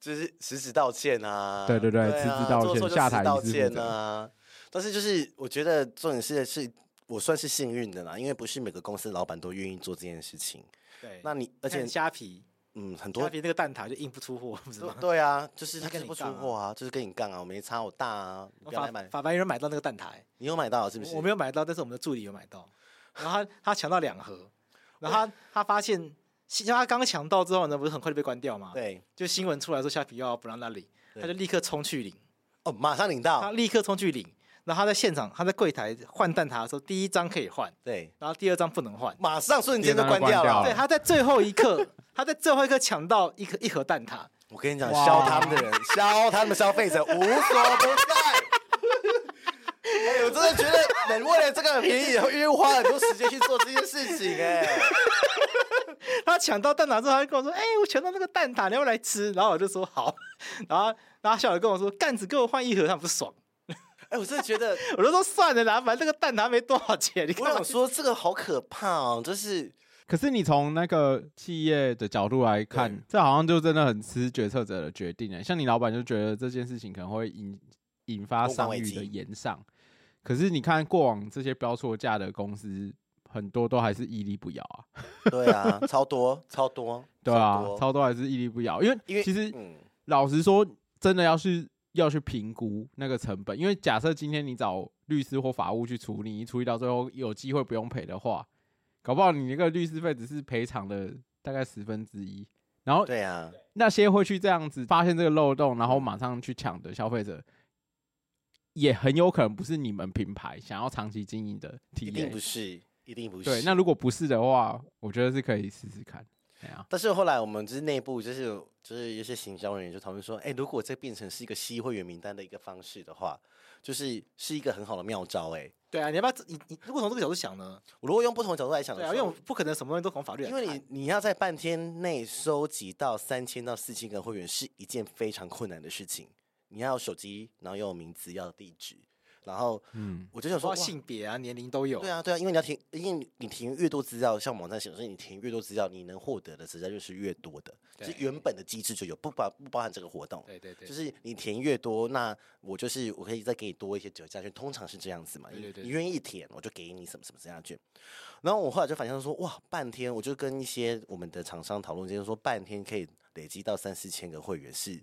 C: 就是实质道歉啊，
B: 对对对
C: 啊
B: 辞职道
C: 做
B: 歉
C: 错就
B: 下
C: 辞
B: 台
C: 道
B: 一致负
C: 歉
B: 责
C: 啊。但是就是我觉得重点是是。我算是幸运的啦，因为不是每个公司老板都愿意做这件事情。
A: 对，
C: 那你而且
A: 看虾皮，
C: 嗯，很多
A: 虾皮那个蛋挞就印不出货，不是吗？
C: 对啊，就是他
A: 他
C: 就
A: 跟
C: 是
A: 你
C: 不出
A: 杠啊
C: 货啊，就是跟你杠啊，我没差 我大啊，你不要
A: 法
C: 来买，
A: 法白有人买到那个蛋挞、欸
C: 你有买到是不是？
A: 我没有买到，但是我们的助理有买到。然后他他抢到两盒，然后他他发现，其实他刚抢到之后呢，不是很快就被关掉嘛？，
C: 对
A: 就新闻出来说虾皮要不让他领，
C: 对
A: 他就立刻冲去领，
C: 哦，马上领到
A: 他，立刻冲去领。然后他在现场，他在柜台换蛋挞的时候，第一张可以换，
C: 对，
A: 然后第二张不能换。
C: 马上瞬
B: 电
C: 间就
B: 脑
C: 关
B: 关
C: 掉
B: 掉
C: 了
B: 了。
A: 对，他在最后一刻， 他在最后一刻抢到一颗一盒蛋挞，
C: 我跟你讲，
B: 哇
C: 消他们的人，消他们消费者，无所不在。哎，我真的觉得人为了这个便宜，然后又花很多时间去做这件事情、哎，
A: 他抢到蛋挞之后，他就跟我说：“哎、我抢到那个蛋挞，你要不要来吃？”然后我就说：“好。”然后然后他笑着跟我说：“干子，给我换一盒，他不爽。”
C: 哎，我真的觉得，
A: 我就说算了啦，反正这个蛋挞没多少钱，你
C: 我
A: 看
C: 想说这个好可怕哦，就是
B: 可是你从那个企业的角度来欸看，这好像就真的很吃决策者的决定诶、像你老板就觉得这件事情可能会影引发
C: 公关
B: 商
C: 危
B: 誉
C: 机
B: 的延上。可是你看过往这些标错价的公司，很多都还是屹立不摇啊，
C: 对 啊，超多超多，
B: 对啊
C: 超，多
B: 超多还是屹立不摇，因为
C: 因为
B: 其实
C: 嗯，
B: 老实说，真的要是要去评估那个成本，因为假设今天你找律师或法务去处理，你处理到最后有机会不用赔的话，搞不好你那个律师费只是赔偿的大概十分之一。然后
C: 对嗯啊，
B: 那些会去这样子发现这个漏洞，然后马上去抢的消费者，也很有可能不是你们品牌想要长期经营的
C: 一定不
B: TA。
C: 是，一定不是。
B: 对，那如果不是的话，我觉得是可以试试看。哎呀，
C: 但是后来我们就是内部就是就是一些行销人员就讨论说，哎、如果这变成是一个吸会员名单的一个方式的话，就是是一个很好的妙招、哎，
A: 对啊，你要不要你你如果从这个角度想呢？
C: 我如果用不同的角度来想
A: 对
C: 的
A: 啊，因
C: 时
A: 为
C: 候，
A: 我不可能什么东西都从法律来
C: 因
A: 看，
C: 为你你要在半天内收集到三千到四千个会员是一件非常困难的事情。你要有手机，然后要有名字，要有地址，然后
B: 嗯，
C: 我就想
A: 包
C: 说，
A: 括
C: 哇
A: 性别啊、年龄都有。
C: 对啊，对啊，因为你要填，因为你填越多资料，像网站显示你填越多资料，你能获得的资料就是越多的，就是
A: 对
C: 原本的机制就有，不包不包含这个活动。
A: 对对对，
C: 就是你填越多，那我就是我可以再给你多一些折价券，通常是这样子嘛。
A: 对
C: 你
A: 对对
C: 你愿意填，我就给你什么什么折价券。然后我后来就反向说，哇，半天我就跟一些我们的厂商讨论，就是说半天可以累积到三四千个会员是，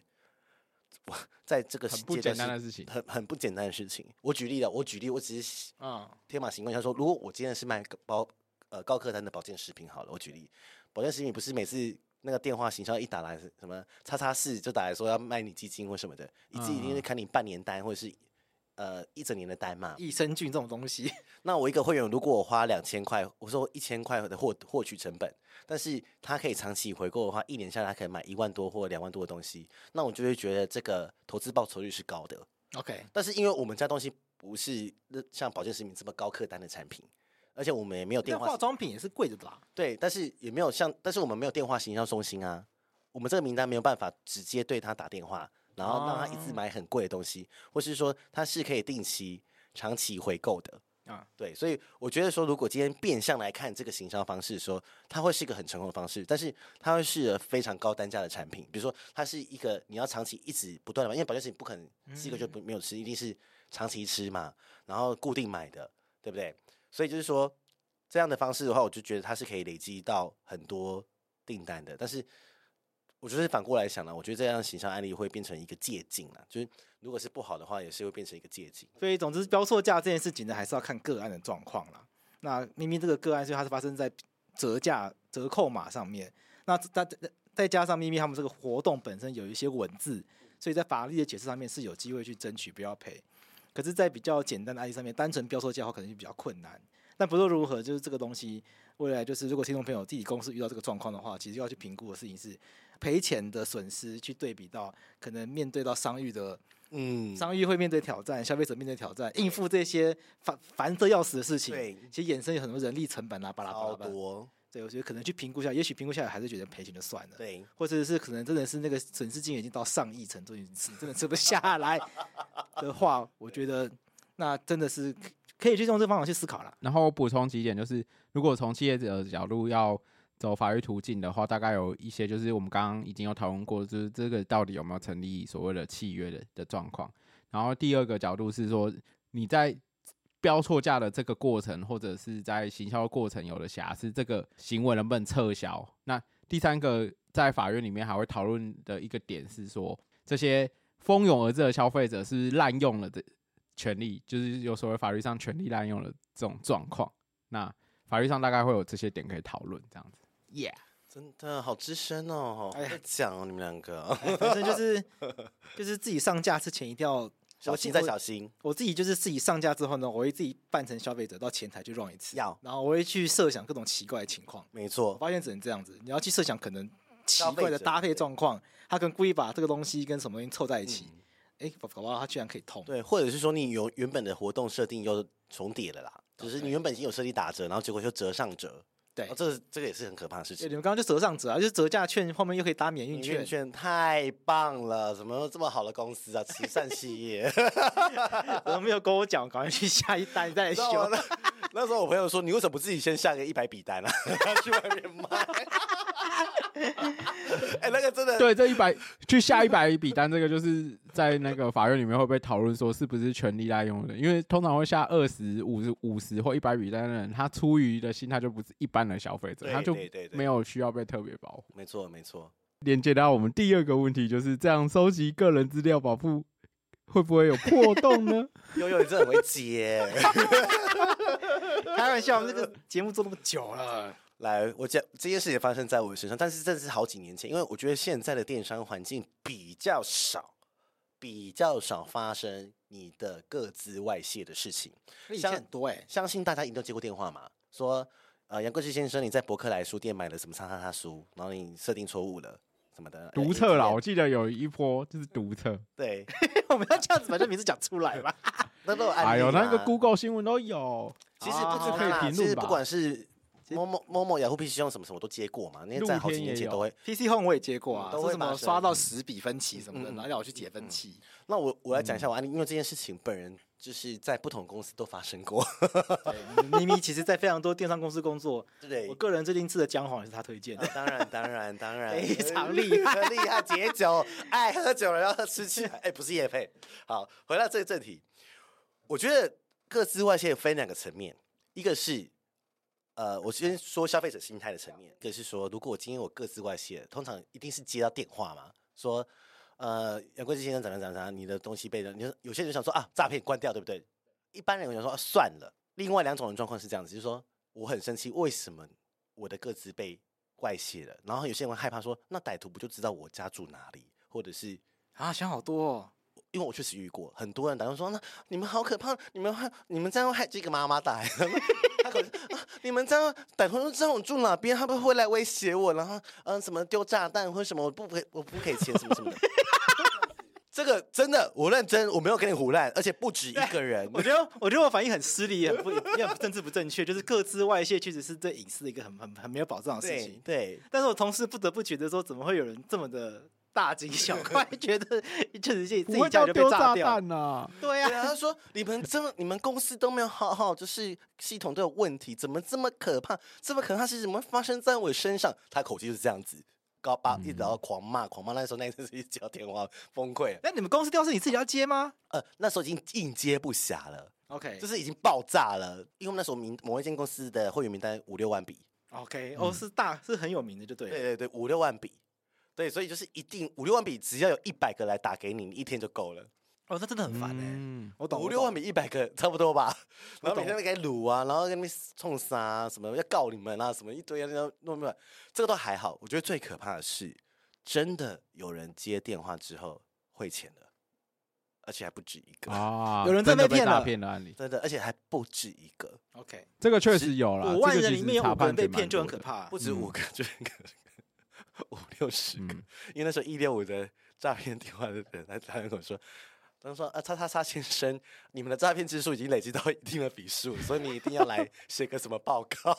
C: 哇，在这个
B: 很
C: 世
B: 不
C: 界
B: 简
C: 段
B: 单的事
C: 是
B: 情。
C: 很很不简单的事情。我举例了，我举例，我只是
A: 嗯，
C: 天马行空一下说，如果我今天是卖个包呃高客单的保健食品好了，我举例，保健食品不是每次那个电话行销一打来什么叉叉四就打来说要卖你基金或什么的，一次一定
B: 嗯
C: 是砍你半年单或者是呃一整年的单嘛。
A: 益生菌这种东西，
C: 那我一个会员如果我花两千块，我说一千块的获获取成本，但是他可以长期回购的话，一年下来他可以买一万多或两万多的东西，那我就会觉得这个投资报酬率是高的。
A: OK，
C: 但是因为我们家东西不是那像保健食品这么高客单的产品，而且我们也没有电
A: 那
C: 话
A: 化妆品也是贵的啦。
C: 对，但是也没有像，但是我们没有电话行销中心啊，我们这个名单没有办法直接对他打电话，然后让他一次
A: 哦
C: 买很贵的东西，或是说他是可以定期、长期回购的。
A: 啊，
C: 对，所以我觉得说，如果今天变相来看这个行销方式说它会是一个很成功的方式，但是它会是个非常高单价的产品，比如说它是一个你要长期一直不断的买，因为保健食品不可能
A: 嗯
C: 吃一个就不没有吃，一定是长期吃嘛，然后固定买的，对不对？所以就是说这样的方式的话，我就觉得它是可以累积到很多订单的，但是。我就是反过来想了，我觉得这样的形象案例会变成一个借鉴啊，就是如果是不好的话，也是会变成一个借鉴。
A: 所以总之标错价这件事情呢，还是要看个案的状况啦。那明明这个个案，所以它是发生在折价折扣码上面，那再再再加上咪咪他们这个活动本身有一些文字，所以在法律的解释上面是有机会去争取不要赔。可是，在比较简单的案例上面，单纯标错价的话，可能就比较困难。但不论如何，就是这个东西，未来就是如果听众朋友自己公司遇到这个状况的话，其实要去评估的事情是赔钱的损失，去对比到可能面对到商誉的
C: 嗯
A: 商誉会面对挑战，消费者面对挑战，应付这些烦烦得要死的事情，
C: 对，
A: 其实衍生有很多人力成本啊啦，巴拉巴
C: 超
A: 拉巴拉。
C: 多，
A: 对，我觉得可能去评估一下，也许评估下来还是觉得赔钱就算了，
C: 对，
A: 或者是可能真的是那个损失金额已经到上亿程度，你真的吃不下 来的话，我觉得那真的是可可以去用这方法去思考啦。
B: 然后我补充几点，就是如果从企业者的角度要走法律途径的话，大概有一些就是我们刚刚已经有讨论过，就是这个到底有没有成立所谓的契约的的状况。然后第二个角度是说，你在标错价的这个过程，或者是在行销的过程有的瑕疵，这个行为能不能撤销？那第三个在法院里面还会讨论的一个点是说，这些蜂拥而至的消费者是滥用了的权利，就是有所谓法律上权利滥用的这种状况。那法律上大概会有这些点可以讨论，这样子。Yeah，
C: 真的好资深哦，好
A: 哎呀哎
C: 会讲哦，你们两个，
A: 反正 就是就是自己上架之前一定要。
C: 小
A: 我
C: 心
A: 记
C: 再
A: 我
C: 小心，
A: 我自己就是自己上架之后呢，我会自己扮成消费者到前台去 run 一次，
C: 要
A: 然后我会去设想各种奇怪的情况。
C: 没
A: 我
C: 错，
A: 发现只能这样子，你要去设想可能奇
C: 消费
A: 怪的
C: 者
A: 搭配
C: 对
A: 状况，他可能故意把这个东西跟什么东西凑在一起
C: 嗯，
A: 哎、搞搞不好他居然可以通。
C: 对，或者是说你原原本的活动设定又重叠了啦，就是你
A: 对
C: 原本已经有设定打折，然后结果又折上折，
A: 对
C: 哦，这个这个也是很可怕的事
A: 对，
C: 情
A: 你。们刚刚就折上折啊，就是折价券后面又可以搭免运
C: 你们
A: 券，
C: 券太棒了，怎么有这么好的公司啊？慈善企 业，
A: 怎么没有跟我讲？赶快去下一单，你再来
C: 你知
A: 修。
C: 道吗那 那时候我朋友说，你为什么不自己先下个一百笔单啊？去外面卖。 哎、那个真的，
B: 对，这一 百去下一百笔单，这个就是在那个法院里面会被讨论说是不是权利滥用的，因为通常会下二十五十五十或一百笔单的人，他出于的心态就不是一般的消费者，
C: 对
B: 他就
C: 对对对
B: 没有需要被特别保护。
C: 没错没错。
B: 连接到我们第二个问题，就是这样收集个人资料保护会不会有破洞 呢？
C: 悠悠，你真的很会接。
A: 开玩笑，我们这个节目做那么久了，
C: 来，我讲这件事情发生在我身上，但是这是好几年前，因为我觉得现在的电商环境比较少，比较少发生你的各自外泄的事情。
A: 以前很多哎、
C: 相信大家一定都接过电话嘛，说呃杨贵志先生，你在博客来书店买了什么叉叉叉书，然后你设定错误了什么的，哎
B: 读册啦，我记得有一波就是读册，
C: 对，
A: 我们要这样子把这名字讲出来 吧。
C: 那都有案
B: 哎
C: 例
B: 呦，
C: 啦
B: 那个 Google 新闻都有，
C: 其实不止
A: 啊
C: 它啦
B: 可以评
C: 其
B: 论
C: 实
B: 吧
C: 不管是。某某某某雅虎 PC 用什么什么我都接过嘛，那些在好几
B: 露天也
C: 年前
B: 有
C: 都会。
A: PC Home 我也接过啊，
C: 嗯都
A: 说
C: 会
A: 什么
C: 发生
A: 刷到十比分歧什么的，
C: 嗯嗯
A: 然后要我去解分歧。
C: 那我我来讲一下我案例，因为这件事情本人就是在不同公司都发生过。
A: 对，咪咪其实，在非常多电商公司工作，
C: 对
A: 我，个人最近吃的姜黄也是他推荐
C: 啊
A: 的。
C: 当然当然当然，
A: 非常厉
C: 害厉害，解酒，爱喝酒了，然后吃起来，哎、不是叶配。好，回到这个正题，我觉得各自外泄分两个层面，一个是。呃，我先说消费者心态的层面，一个是说，如果我今天我各自外泄，通常一定是接到电话嘛，说，呃，杨贵志先生怎样怎样怎样，你的东西被人，你就有些人想说啊，诈骗关掉，对不对？一般人我想说、啊算了。另外两种人状况是这样子，就是说我很生气，为什么我的个资被外泄了？然后有些人会害怕说，那歹徒不就知道我家住哪里，或者是
A: 啊，想好多、哦，
C: 因为我确实遇过很多人打电话说，那你们好可怕，你们害你们这样害这个妈妈打来了。 他可能说、啊、你们这样歹徒都知道我住哪边，他们会来威胁我，然后嗯、什么丢炸弹或什么，我不给我不给钱什么什么的。 这个真的，我认真，我没有跟你胡乱，而且不止一个人。
A: 我觉得我觉得我反应很失礼，很不也很政治不正确，就是各自外泄，确实是对隐私的一个很很很没有保障的事
C: 对
A: 情。
C: 对，
A: 但是我同时不得不觉得说，怎么会有人这么的大惊小怪，觉得确实自己
B: 不
A: 自己
B: 会
A: 家
B: 到
A: 里就被
B: 丢
A: 炸
B: 炸
A: 掉？
B: 弹呐、
A: 对
C: 对
A: 呀、
C: 啊，他说你们这么，你们公司都没有好好，就是系统都有问题，怎么这么可怕？这么可怕是怎么发生在我身上？他口气就是这样子，高八
A: 嗯
C: 一直然后狂骂，狂骂。那时候那一次是一接到电话崩溃了，
A: 那你们公司掉是你自己要接吗
C: 呃，那时候已经应接不暇了，
A: ？OK，
C: 就是已经爆炸了，因为我们那时候名某一间公司的会员名单五六万笔，
A: OK，哦，是大是很有名的，就对了。
C: 对对对，五六万笔。对，所以就是一定五六万笔，只要有一百个来打给你，你一天就够了。
A: 哦，那真的很烦哎、
B: 嗯
A: 我懂，
C: 五
A: 我
C: 六万
A: 懂
C: 比一百个差不 多吧。然后
A: 懂
C: 每天都给你撸啊，然后跟你们冲杀、啊、什么，要告你们啊，什么一堆啊，那弄不这个都还好。我觉得最可怕的是，真的有人接电话之后汇钱的，而且还不止一个，
B: 啊，
A: 有人真
B: 真
A: 的
B: 的
A: 被骗
B: 诈
A: 了
B: 骗的案例，
C: 真的，而且还不止一个，
A: OK，
B: 这个确实有啦。
A: 五万
B: 这个
A: 人
B: 其
A: 里
B: 实
A: 面有
B: 查
A: 五个人
B: 判
A: 被
B: 决蛮
A: 骗就很
B: 多
A: 可
B: 的。
A: 怕、
C: 不止五
A: 嗯
C: 个，就一个。 五六十 个，
B: 嗯
C: 因为那时候一六五的诈骗电话的人来打电话跟我说，他说啊，叉叉叉先生，你们的诈骗之数已经累积到一定的笔数，所以你一定要来写个什么报告。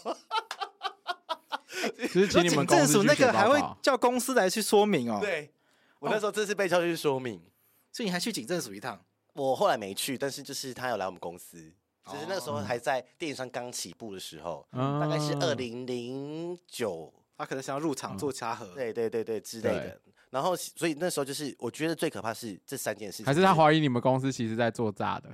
B: 其实请你
A: 警
B: 们公
A: 政
B: 司
A: 署那
B: 去写
A: 个还
B: 报
A: 会
B: 告啊
A: 叫公司来去说明哦。，
C: 对，我那时候这次被叫去说明，
A: 所以你还去警政署一趟。
C: 我后来没去，但是就是他有来我们公司，只是那个时候还在电商刚起步的时候，
B: 嗯
C: 大概是二零零九，
A: 他可能想要入
B: 嗯
A: 场做沙盒，
C: 对对对对之类
B: 对
C: 的。然后，所以那时候就是，我觉得最可怕是这三件事情，
B: 还是他
C: 就
B: 怀疑你们公司其实在做诈的，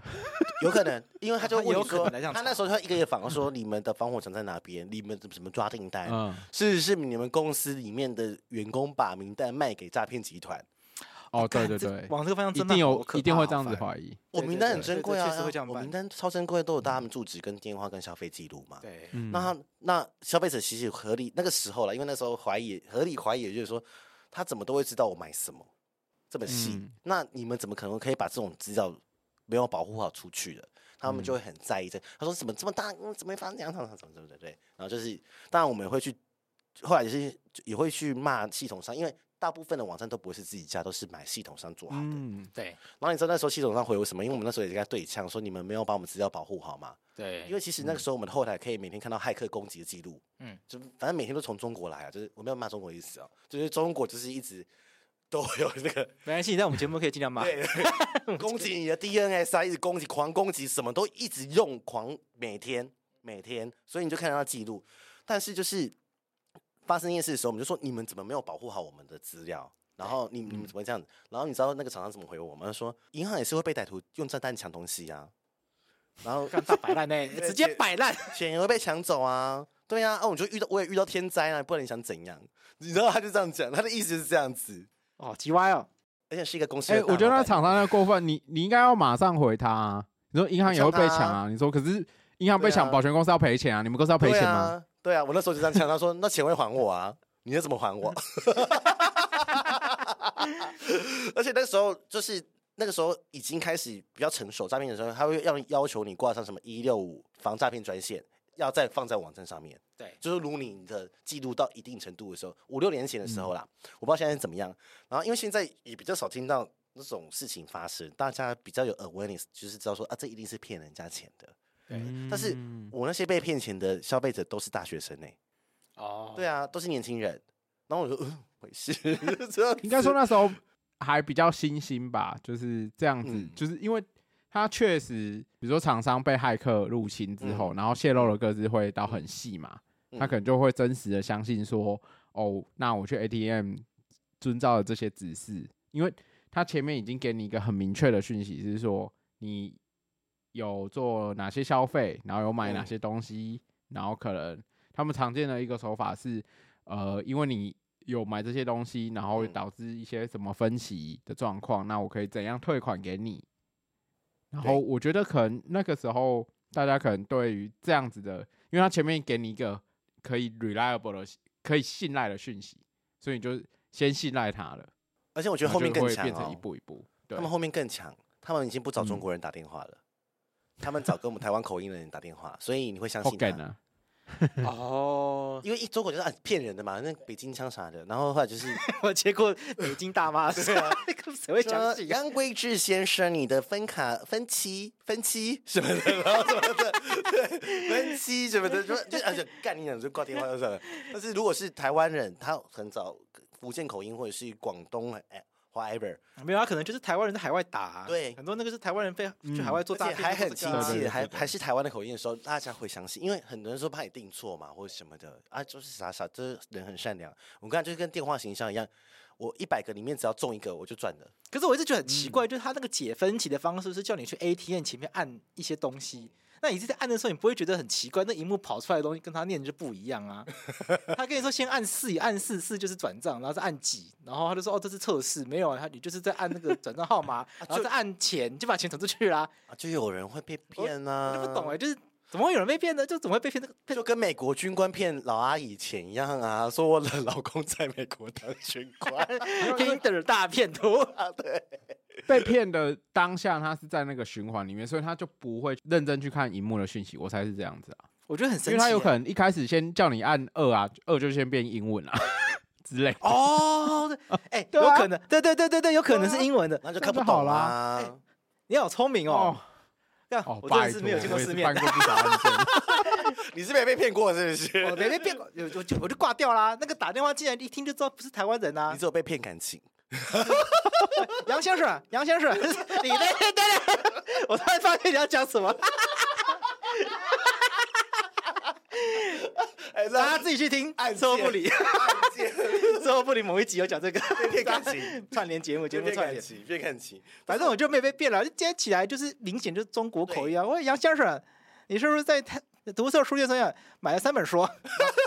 C: 有可能，因为他就
A: 他
C: 问
A: 有
C: 你
A: 可
C: 说，
A: 能这样
C: 他
A: 查
C: 那时候他一个一个访问说，你们的防火墙在哪边？你们怎么抓订
A: 哎
C: 单？
B: 嗯，
C: 是是你们公司里面的员工把名单卖给诈骗集团？
A: 哎
B: 哦，对
A: 干
B: 对
A: 这
B: 对，
A: 往这个方向
B: 一
A: 真
B: 定
A: 的
B: 有
A: 好可
B: 一定
A: 怕
B: 会
A: 好
B: 这样子
A: 烦
B: 怀疑，
C: 我
A: 对
C: 名
A: 对
C: 单
A: 对
C: 很珍
A: 这
C: 贵啊，
A: 确实会这样
C: 我
A: 办嗯
C: 名单超珍贵，都有大他们住址、跟电话、跟消费记录嘛。
A: 对，
B: 嗯，
C: 那他那消费者其实合理那个时候了，因为那时候怀疑合理怀疑，也就是说他怎么都会知道我买什么这么细，
B: 嗯
C: 那你们怎么可能可以把这种资料没有保护好出去的？他们
A: 嗯
C: 就会很在意这。他说怎么这么大，嗯怎么会发生这样？怎么怎么怎么对？然后就是，当然我们也会去，后来也是也会去骂系统商，因为大部分的网站都不会是自己家，都是买系统商做好的。
B: 嗯，
A: 对
C: 然后你知道那时候系统上回我什么？因为我们那时候也在跟他对呛，说你们没有把我们资料保护好嘛。
A: 对，
C: 因为其实那个时候我们后台可以每天看到骇客攻击的记录，
A: 嗯
C: 嗯，就反正每天都从中国来啊，就是我没有骂中国的意思哦，就是中国就是一直都会有那个
A: 没关系，你在我们节目可以尽量骂。
C: 对攻击你的 DNS 啊，一直攻击，狂攻击，什么都一直用，狂每天每天，所以你就看到他记录，但是就是发生这件事的时候，我们就说你们怎么没有保护好我们的资料？然后你你们怎么会这样子？然后你知道那个厂商怎么回我们？他说银行也是会被歹徒用炸弹抢东西啊，然后
A: 干大摆烂呢，直接摆烂。
C: 钱也会被抢走啊。对啊，啊，我就遇到我也遇到天灾啊，不然你想怎样？你知道他就这样讲，他的意思是这样子，
A: 哦，叽歪哦，
C: 而且是一个公司
B: 哎、
C: 的大老
B: 我
C: 板。
B: 觉得那厂商那过分，你你应该要马上回他、啊。你说银行也会被抢啊？你说可是银行被抢，
C: 对啊
B: 保全公司要赔钱啊？你们公司要赔
C: 对
B: 钱吗？
C: 啊，对啊，我那时候就这样讲，他说 那钱会还我啊，你要怎么还我？ 而且那时候就是那个时候已经开始比较成熟诈骗的时候，他会要要求你挂上什么一六五防诈骗专线，要再放在网站上面。
A: 对，
C: 就是如你的记录到一定程度的时候，五六年前的时候啦，
B: 嗯
C: 我不知道现在是怎么样。然后因为现在也比较少听到那种事情发生，大家比较有 awareness，就是知道说啊，这一定是骗人家钱的。
A: 对
B: 嗯
C: 但是我那些被骗钱的消费者都是大学生呢、欸
A: 哦，
C: 对啊，都是年轻人。然后我说，嗯，没事，这样
B: 应该说
C: 子
B: 那时候还比较新兴吧，就是这样子，
C: 嗯
B: 就是因为它确实，比如说厂商被骇客入侵之后，然后泄露了各自会到很细嘛，
C: 嗯
B: 他可能就会真实的相信说，哦，那我去 ATM 遵照了这些指示，因为他前面已经给你一个很明确的讯息，是说你有做哪些消费，然后有买哪
C: 嗯
B: 些东西，然后可能他们常见的一个手法是，呃，因为你有买这些东西，然后
C: 嗯
B: 导致一些什么分歧的状况，那我可以怎样退款给你？然后
C: 对
B: 我觉得可能那个时候大家可能对于这样子的，因为他前面给你一个可以 reliable 的、可以信赖的讯息，所以你就先信赖他了，
C: 而且我觉
B: 然
C: 得
B: 后
C: 后
B: 就
C: 面更
B: 会
C: 强、
B: 变成一
C: 哦，
B: 步一步。对嗯
C: 他，们后面更强，他们已经不找中国人打电话了，他们找跟我们台湾口音的人打电话，所以你会相
B: 后啊
C: 信他。
B: 梗 呢？
A: 哦，
C: 因为一中国就是啊骗人的嘛，那北京腔啥的，然后后来就是
A: 我结果北京大妈说， 谁会相
C: 说
A: 信啊？
C: 杨贵志先生，你的分卡分期分期 什么的， 然后什么的，对，分期什么的，就就而且干你讲就挂电话就算了。但是如果是台湾人，他很早福建口音或者是广东哎 whatever，
A: 没有，啊他可能就是台湾人在海外打啊，
C: 对
A: 很多那个是台湾人被去海
B: 嗯
A: 外做诈
C: 而且
A: 骗，
C: 还很亲
A: 做这个啊
B: 对对
C: 切，
B: 对
C: 还还是台湾的口音的时候，大家会相信，因为很多人说怕你订错嘛，或者什么的啊，就是傻傻，这人很善良。我刚才就是跟电话形象一样，我一百个里面只要中一个我就赚了。
A: 可是我一直觉得很奇怪，就是他那个解分歧的方式是叫你去 ATM 前面按一些东西，那你是在按的时候，你不会觉得很奇怪？那荧幕跑出来的东西跟他念的就不一样 啊。他跟你说先按四，按四四就是转账，然后再按几，然后他就说哦这是测试，没有啊，他你就是在按那个转账号 码，然后再按钱，你啊就把钱转出去啦。
C: 啊，就有人会被
A: 我
C: 骗
A: 我
C: 啊！
A: 就不懂哎、就是怎么会有人被骗呢？就怎么会被骗 那个？
C: 就跟美国军官骗老阿姨钱一样啊，说我的老公在美国当军 官
A: Tinder 大骗徒，
C: 啊，对，
B: 被骗的当下，他是在那个循环里面，所以他就不会认真去看荧幕的讯息。我猜是这样子啊，
A: 我觉得很神奇、
B: 因为他有可能一开始先叫你按二啊，二就先变英文啊 之类的。
A: 哦，对哎、
B: 对啊
A: 有可能，对对对对对，有啊可能是英文的。
C: 那就
B: 那
C: 看不
B: 就好
C: 懂
B: 啦
C: 啦。
A: 哎你好聪明哦！干
B: 哦，
A: 我真
B: 拜
A: 的
B: 托
A: 是没有见过
B: 我也
A: 世
B: 是
A: 面
B: 办，过不少案件。
C: 你是没被骗过是不是？
B: 哦
A: 我没被骗过，有我就我就挂掉啦。那个打电话进来一听就知道不是台湾人啊
C: 你，只有被骗感情，
A: 杨先生，杨先生， 你对对对，我突然发现你要讲什么，
C: 哎，
A: 大家
C: 那
A: 自己去听。
C: 按
A: 售后不理，售后不理某一集有讲 这个
C: 被 骗感情，
A: 串联节目，节
C: 就
A: 目
C: 骗
A: 串
C: 感
A: 联，
C: 情，骗感情。
A: 反正我就没被骗了，就接起来就是明显就是中国口音啊。我说杨先生，你是不是在台读册书店上面买了三本书？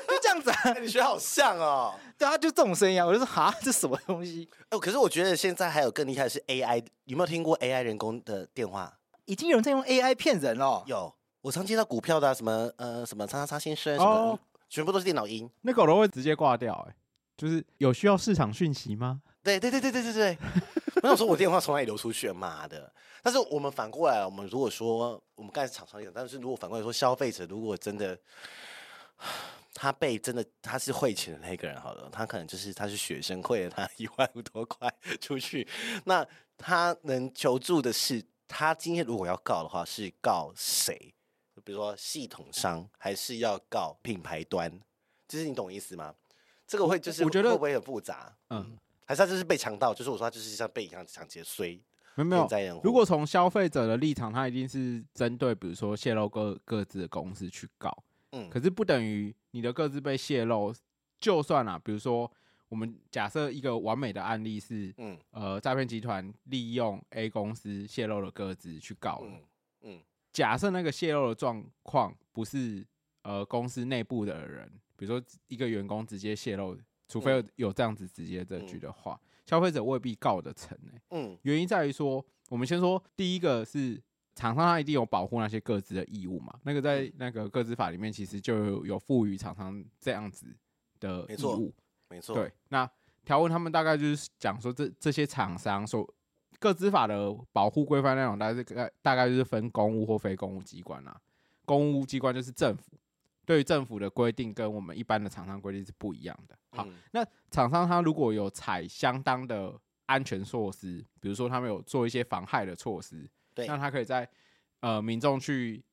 A: 就这样子啊，
C: 哎你学好像哦。
A: 对啊，就这种声音啊，我就说哈，这什么东西？
C: 哦，可是我觉得现在还有更厉害的是 AI，有没有听过 AI 人工的电话？
A: 已经有人在用 AI 骗人了。哦
C: 有，我常接到股票的啊什么呃什么叉叉叉先生什
B: 哦
C: 么，全部都是电脑音。
B: 那狗都会直接挂掉、欸，就是有需要市场讯息吗？
C: 对对对对对对对， 我想说我电话从哪里流出去了，妈的！但是我们反过来，我们如果说我们刚才厂商讲，但是如果反过来说，消费者如果真的他被真的他是汇钱的那个人好了，他可能就是他是学生汇了他 一万多块出去，那他能求助的是，他今天如果要告的话，是告谁？比如说系统商，还是要告品牌端？就是你懂我意思吗？这个会就是
B: 我觉得
C: 会不会很复杂？
B: 嗯，
C: 还是他就是被强盗？就是我说他就是像被抢抢劫衰，
B: 没有没
C: 天
B: 有。
C: 灾人祸。
B: 如果从消费者的立场，他一定是针对比如说泄露各各自的公司去告，
C: 嗯
B: 可是不等于你的各自被泄露，就算啊，比如说我们假设一个完美的案例是，
C: 嗯
B: 呃，诈骗集团利用 A 公司泄露了各自去告了。
C: 嗯嗯
B: 假设那个泄露的状况不是呃公司内部的人，比如说一个员工直接泄露，除非有
C: 嗯
B: 有这样子直接证据的话，消费者未必告得成欸
C: 嗯
B: 原因在于说，我们先说第一个是厂商他一定有保护那些各自的义务嘛，那个
C: 嗯
B: 在那个各自法里面其实就有有赋予厂商这样子的
C: 没
B: 义
C: 错
B: 务。
C: 没错，
B: 对，那条文他们大概就是讲说这这些厂商所各资法的保护规范内容，大概是大大概就是分公务或非公务机关啦、公务机关就是政府，对于政府的规定跟我们一般的厂商规定是不一样的。好，
C: 嗯
B: 那厂商他如果有采相当的安全措施，比如说他们有做一些妨害的措施，
C: 对
B: 那他可以在呃民众去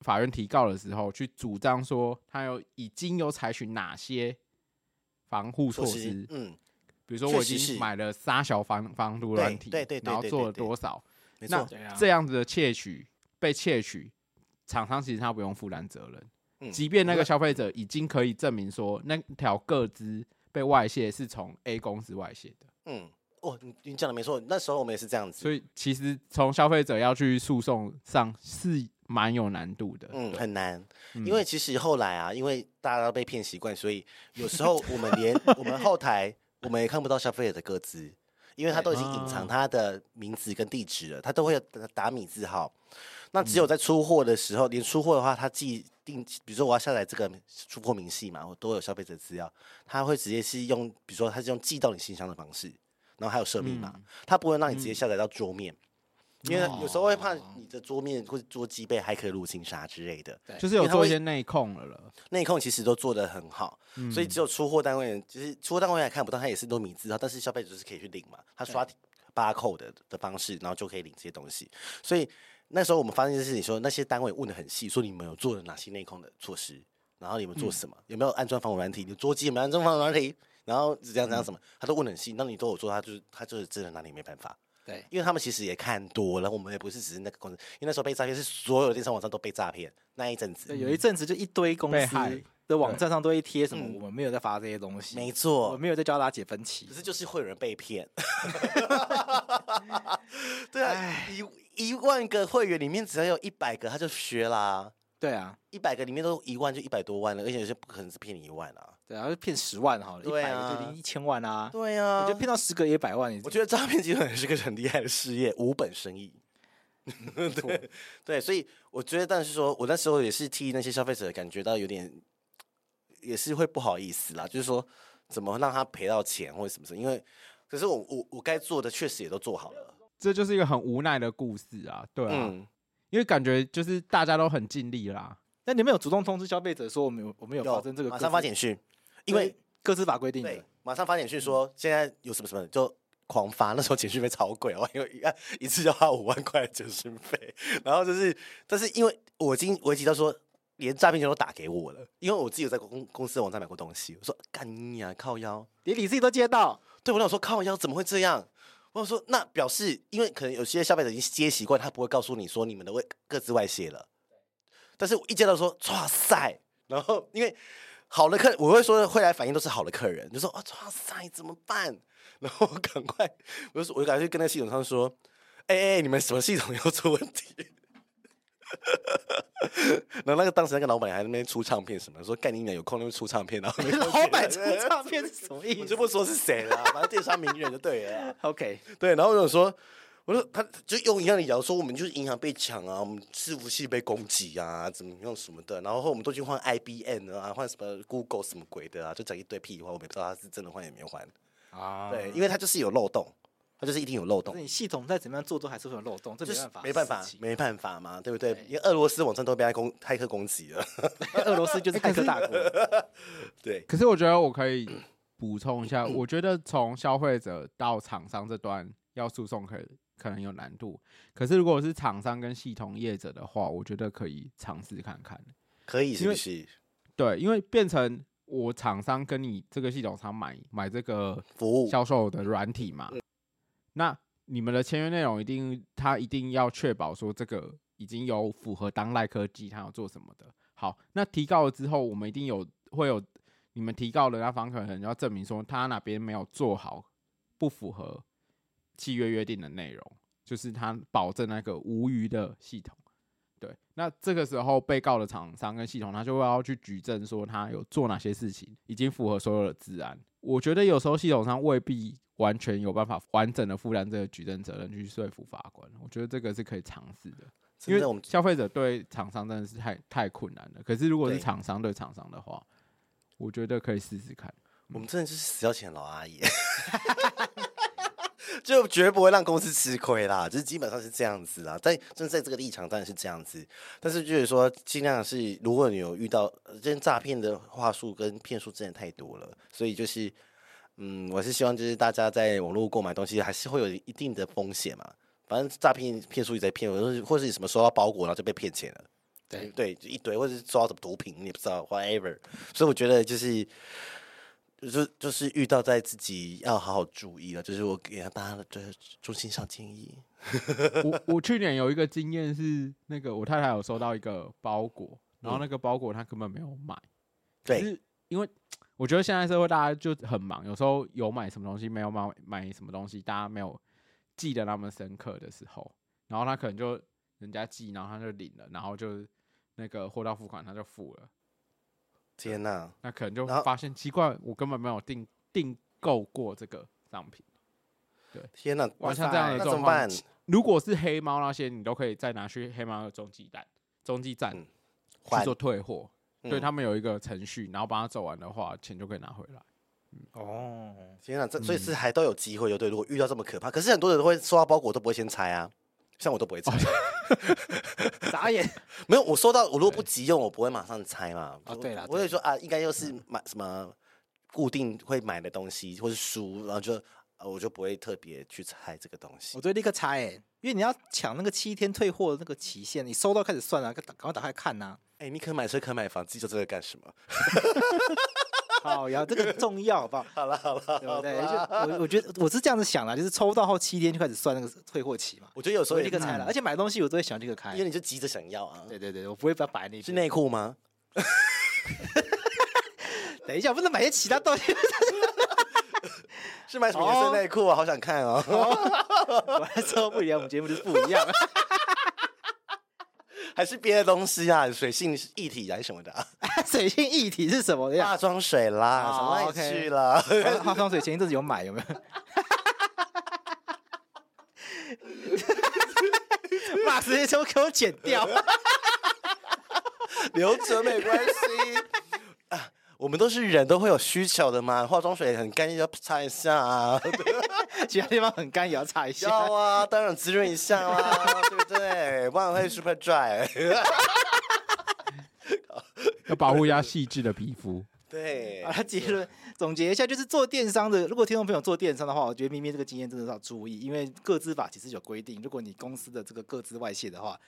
B: 法院提告的时候，去主张说他有已经有采取哪些防护措
C: 措
B: 施，
C: 施，嗯，
B: 比如说
C: 确
B: 我已
C: 实是
B: 经买了沙小防防毒软体，
C: 对对对
B: 然后
C: 对对
B: 做了
C: 对
B: 多少，
C: 没
B: 那
C: 错，
A: 对啊，
B: 这样子的窃取被窃取，厂商其实他不用负担责任。
C: 嗯
B: 即便那个消费者已经可以证明说那条个资被外泄是从 A 公司外泄的，
C: 嗯，哦，你你讲的没错，那时候我们也是这样子，
B: 所以其实从消费者要去诉讼上是蛮有难度的。
C: 嗯，
B: 对
C: 很难，因为其实后来啊，因为大家都被骗习惯，所以有时候我们连我们后台我们也看不到消费者的个资，因为他都已经隐藏他的名字跟地址了，他都会有打打米字号。那只有在出货的时候，连出货的话，他既定，比如说我要下载这个出货明细嘛，我都有消费者资料，他会直接是用，比如说他是用寄到你信箱的方式，然后还有设密码，他不会让你直接下载到桌面。因为有时候会怕
A: 哦
C: 你的桌面或者桌机被骇客入侵啥之类的，
B: 就是有做一些内控了嗯了。
C: 内控其实都做得很好，所以
A: 嗯
C: 只有出货单位人，就是出货单位还看不到，它也是都米字啊号，但是消费者就是可以去领嘛，他刷八扣的的方式，然后就可以领这些东西。所以那时候我们发现这件事情说，那些单位问的很细，说你们有做了哪些内控的措施，然后你们
A: 嗯
C: 做什么，有没有安装防伪软体，你桌机有没有安装防伪软体，然后怎
A: 嗯
C: 样怎样什么，他都问得很细，那你都有做，他就是他就是真的拿你没办法。
A: 对，
C: 因为他们其实也看多了，我们也不是只是那个公司，因为那时候被诈骗是所有的电商网站都被诈骗那一阵子，
A: 对有一阵子就一堆公
B: 被害
A: 司的网站上都会贴什么
C: 嗯，
A: 我们没有在发这些东西，
C: 没
A: 我
C: 错，
A: 没有在教大家解分歧
C: 可，是就是会有人被骗。对啊，一一万个会员里面只要有一百个他就学啦，
A: 对啊，
C: 一百个里面都一万就一百多万了，而且有些不可能是骗你一万啊。
A: 对啊，就骗十万好了，一
C: 对
A: 百个
C: 啊
A: 就已经一千万啊，
C: 对
A: 我
C: 啊
A: 觉得骗到十个也百万，
C: 我觉得诈骗集团也是个很厉害的事业，无本生意。
A: 得不错，
C: 对，所以我觉得，但是说我那时候也是替那些消费者感觉到有点，也是会不好意思啦，就是说怎么让他赔到钱或者什么事，因为可是我我我该做的确实也都做好了，
B: 这就是一个很无奈的故事啊，对啊，
C: 嗯，
B: 因为感觉就是大家都很尽力啦，
A: 那你们有主动通知消费者说我们有我们有发生这个各
C: 马
A: 自，
C: 上发简讯，因为
A: 各自法规定
C: 对
A: 的，，嗯
C: 马上发简讯说现在有什么什么就。狂发，那时候简讯费超贵哦，因为一一次要花五万块的简讯费，然后就是，但是因为我已经危及到说，连诈骗集团都打给我了，因为我自己有在公公司的网站买过东西，我说干你啊，靠腰，
A: 连你自己都接到，
C: 对我想说靠腰怎么会这样？我想说那表示，因为可能有些消费者已经接习惯，他不会告诉你说你们的位各自外泄了。但是我一接到说哇塞，然后因为好的客，我会说会来反应都是好的客人，就说哦哇塞怎么办？然后我赶快，我就说我就赶快去跟那系统上说，哎、哎、你们什么系统又出问题？ 然后那个当时那个老板还在那边出唱片什么的，说干你娘有空就出唱片，然后
A: 老板出唱片是什么
C: 我
A: 意
C: 就
A: 思
C: 不说是谁了啊， 反正电商名人就对了啊。
A: ？OK，
C: 对，然后我就说，我说他就用一样的谣说，我们就是银行被抢啊，我们伺服器被攻击啊，怎么样什么的，然后我们都去换 IBM 啊，换什么 Google 什么鬼的啊，就讲一堆屁话，我也不知道他是真的换也没换。
A: 啊
C: 对，因为他就是有漏洞，他就是一定有漏洞
A: 那。你系统再怎么样做，都还是会有漏洞，这
C: 就
A: 没
C: 是
A: 办法，
C: 没办法，没办法嘛，对不对？因为俄罗斯网站都被他攻骇客攻击了，
A: 俄罗 斯哎就是骇客大国，
C: 对，
B: 可是我觉得我可以补充一下，我觉得从消费者到厂商这端要诉讼可可能有难度，可是如果是厂商跟系统业者的话，我觉得可以尝试看看。
C: 可以是
B: 因
C: 不
B: 为
C: 是？
B: 对，因为变成我厂商跟你这个系统商买买这个
C: 服务
B: 销售的软体嘛，那你们的签约内容一定，它一定要确保说这个已经有符合当赖科技，它要做什么的。好，那提告了之后，我们一定有会有你们提告的那方可能要证明说他哪边没有做好，不符合契约约定的内容，就是他保证那个无虞的系统。对，那这个时候被告的厂商跟系统，他就会要去举证说他有做哪些事情，已经符合所有的治安。我觉得有时候系统上未必完全有办法完整的负担这个举证责任，去说服法官。我觉得这个是可以尝试的，因
C: 真的我
B: 为
C: 们
B: 消费者对厂商真的是太太困难了。可是如果是
C: 对
B: 厂商对厂商的话，我觉得可以试试看。
C: 我们真的就是死要钱的老阿姨， 就绝不会让公司吃亏啦，就是基本上是这样子啦。在正在这个立场当然是这样子，但是就是说，尽量是如果你有遇到呃这些诈骗的话术跟骗术真的太多了，所以就是。嗯，我是希望就是大家在网络购买东西还是会有一定的风险嘛，反正诈骗骗术也在骗，或是或是你什么收到包裹然后就被骗钱了，
A: 对
C: 对，就一堆，或者是收到什么毒品你也不知道，whatever。所以我觉得就是就就是遇到在自己要好好注意了，就是我给大家的就是衷心上建议。
B: 我我去年有一个经验是，那个我太太有收到一个包裹，然
C: 嗯
B: 后那个包裹她根本没有买，可
C: 对，
B: 是因为我觉得现在社会大家就很忙，有时候有买什么东西，没有买买什么东西，大家没有记得那么深刻的时候，然后他可能就人家寄，然后他就领了，然后就那个货到付款他就付了，
C: 天哪，
B: 那可能就
C: 然后
B: 发现奇怪，我根本没有订订购过这个商品。
C: 天哪，
B: 哇
C: 哇
B: 像这样
C: 塞
B: 的
C: 那怎
B: 状
C: 么
B: 况
C: 办？
B: 如果是黑猫那些，你都可以再拿去黑猫的中继站、中继站
C: 嗯
B: 去
C: 还
B: 做退货，对
C: 嗯
B: 他们有一个程序，然后帮他走完的话，钱就可以拿回来。
A: 哦，
C: 天哪，这所以是还都有机会，就对。如果遇到这么可怕，可是很多人会收到包裹都不会先拆啊，像我都不会拆。
A: 哦眨眼，
C: 没有，我收到我如果不急用，我不会马上拆嘛。
A: 哦
C: 我
A: 对啦嗯
C: 我会
A: 对
C: 说啊，应该又是买什么固定会买的东西，或是书，然后就呃我就不会特别去拆这个东西
A: 我。就立刻拆哎、因为你要抢那个七天退货的那个期限，你收到开始算啊，赶赶快打开看呐、
C: 哎、你可买车可买房，自己做这个干什么？
A: 好呀，这个重要，好不好？
C: 好了好了，
A: 对不对？就我我觉得我是这样子想的，就是抽到后七天就开始算那个退货期嘛，
C: 我觉得有时
A: 所
C: 候
A: 以立刻
C: 也
A: 拆了。而且买东西我都会想立刻开
C: 因为。你就急着想要啊。
A: 对对对，我不会把它摆那
C: 是
A: 边。
C: 内裤吗？
A: 等一下，我不能买些其他东西。
C: 是买什么
A: 哦
C: 颜色内裤啊？好想看哦。
A: 我还说不一样，我们节目就是不一样。
C: 还是别的东西啊？水性液体还是什么的、啊？
A: 水性液体是什么
C: 化
A: 呀？
C: 妆水啦，
A: 哦
C: 想到哪
A: OK
C: 里去了？
A: 化化妆水前一阵子有买，有没 有？骂直接都给我剪掉。
C: 留着没关系。啊我们都是人都会有需求的嘛，化妆水很干净要擦一下 啊，
A: 其他地方很干也要擦一下。
C: 要啊，当然滋润一下啦、对不对？不然会 super dry。
B: 要保护一下细致的皮肤。
C: 对
A: 好，了，结论总结一下，就是做电商的，如果听众朋友做电商的话，我觉得咪咪这个经验真的是要注意，因为个资法其实有规定，如果你公司的这个个资外泄的话，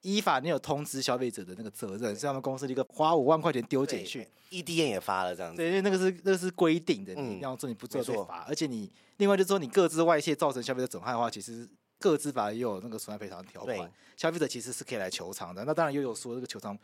A: 依法你有通知消费者的那个责任，是他们公司的一个花五万块钱丢简讯，
C: ，EDN 也发了这样子，
A: 对，因为那个是那个是规定的，
C: 嗯
A: 你要做你不做
C: 没
A: 被
C: 错
A: 罚，而且你另外就是说你个资外泄造成消费者损害的话，其实个资法也有那个损害赔偿条款
C: 对，
A: 消费者其实是可以来求偿的。那当然又有说这个求偿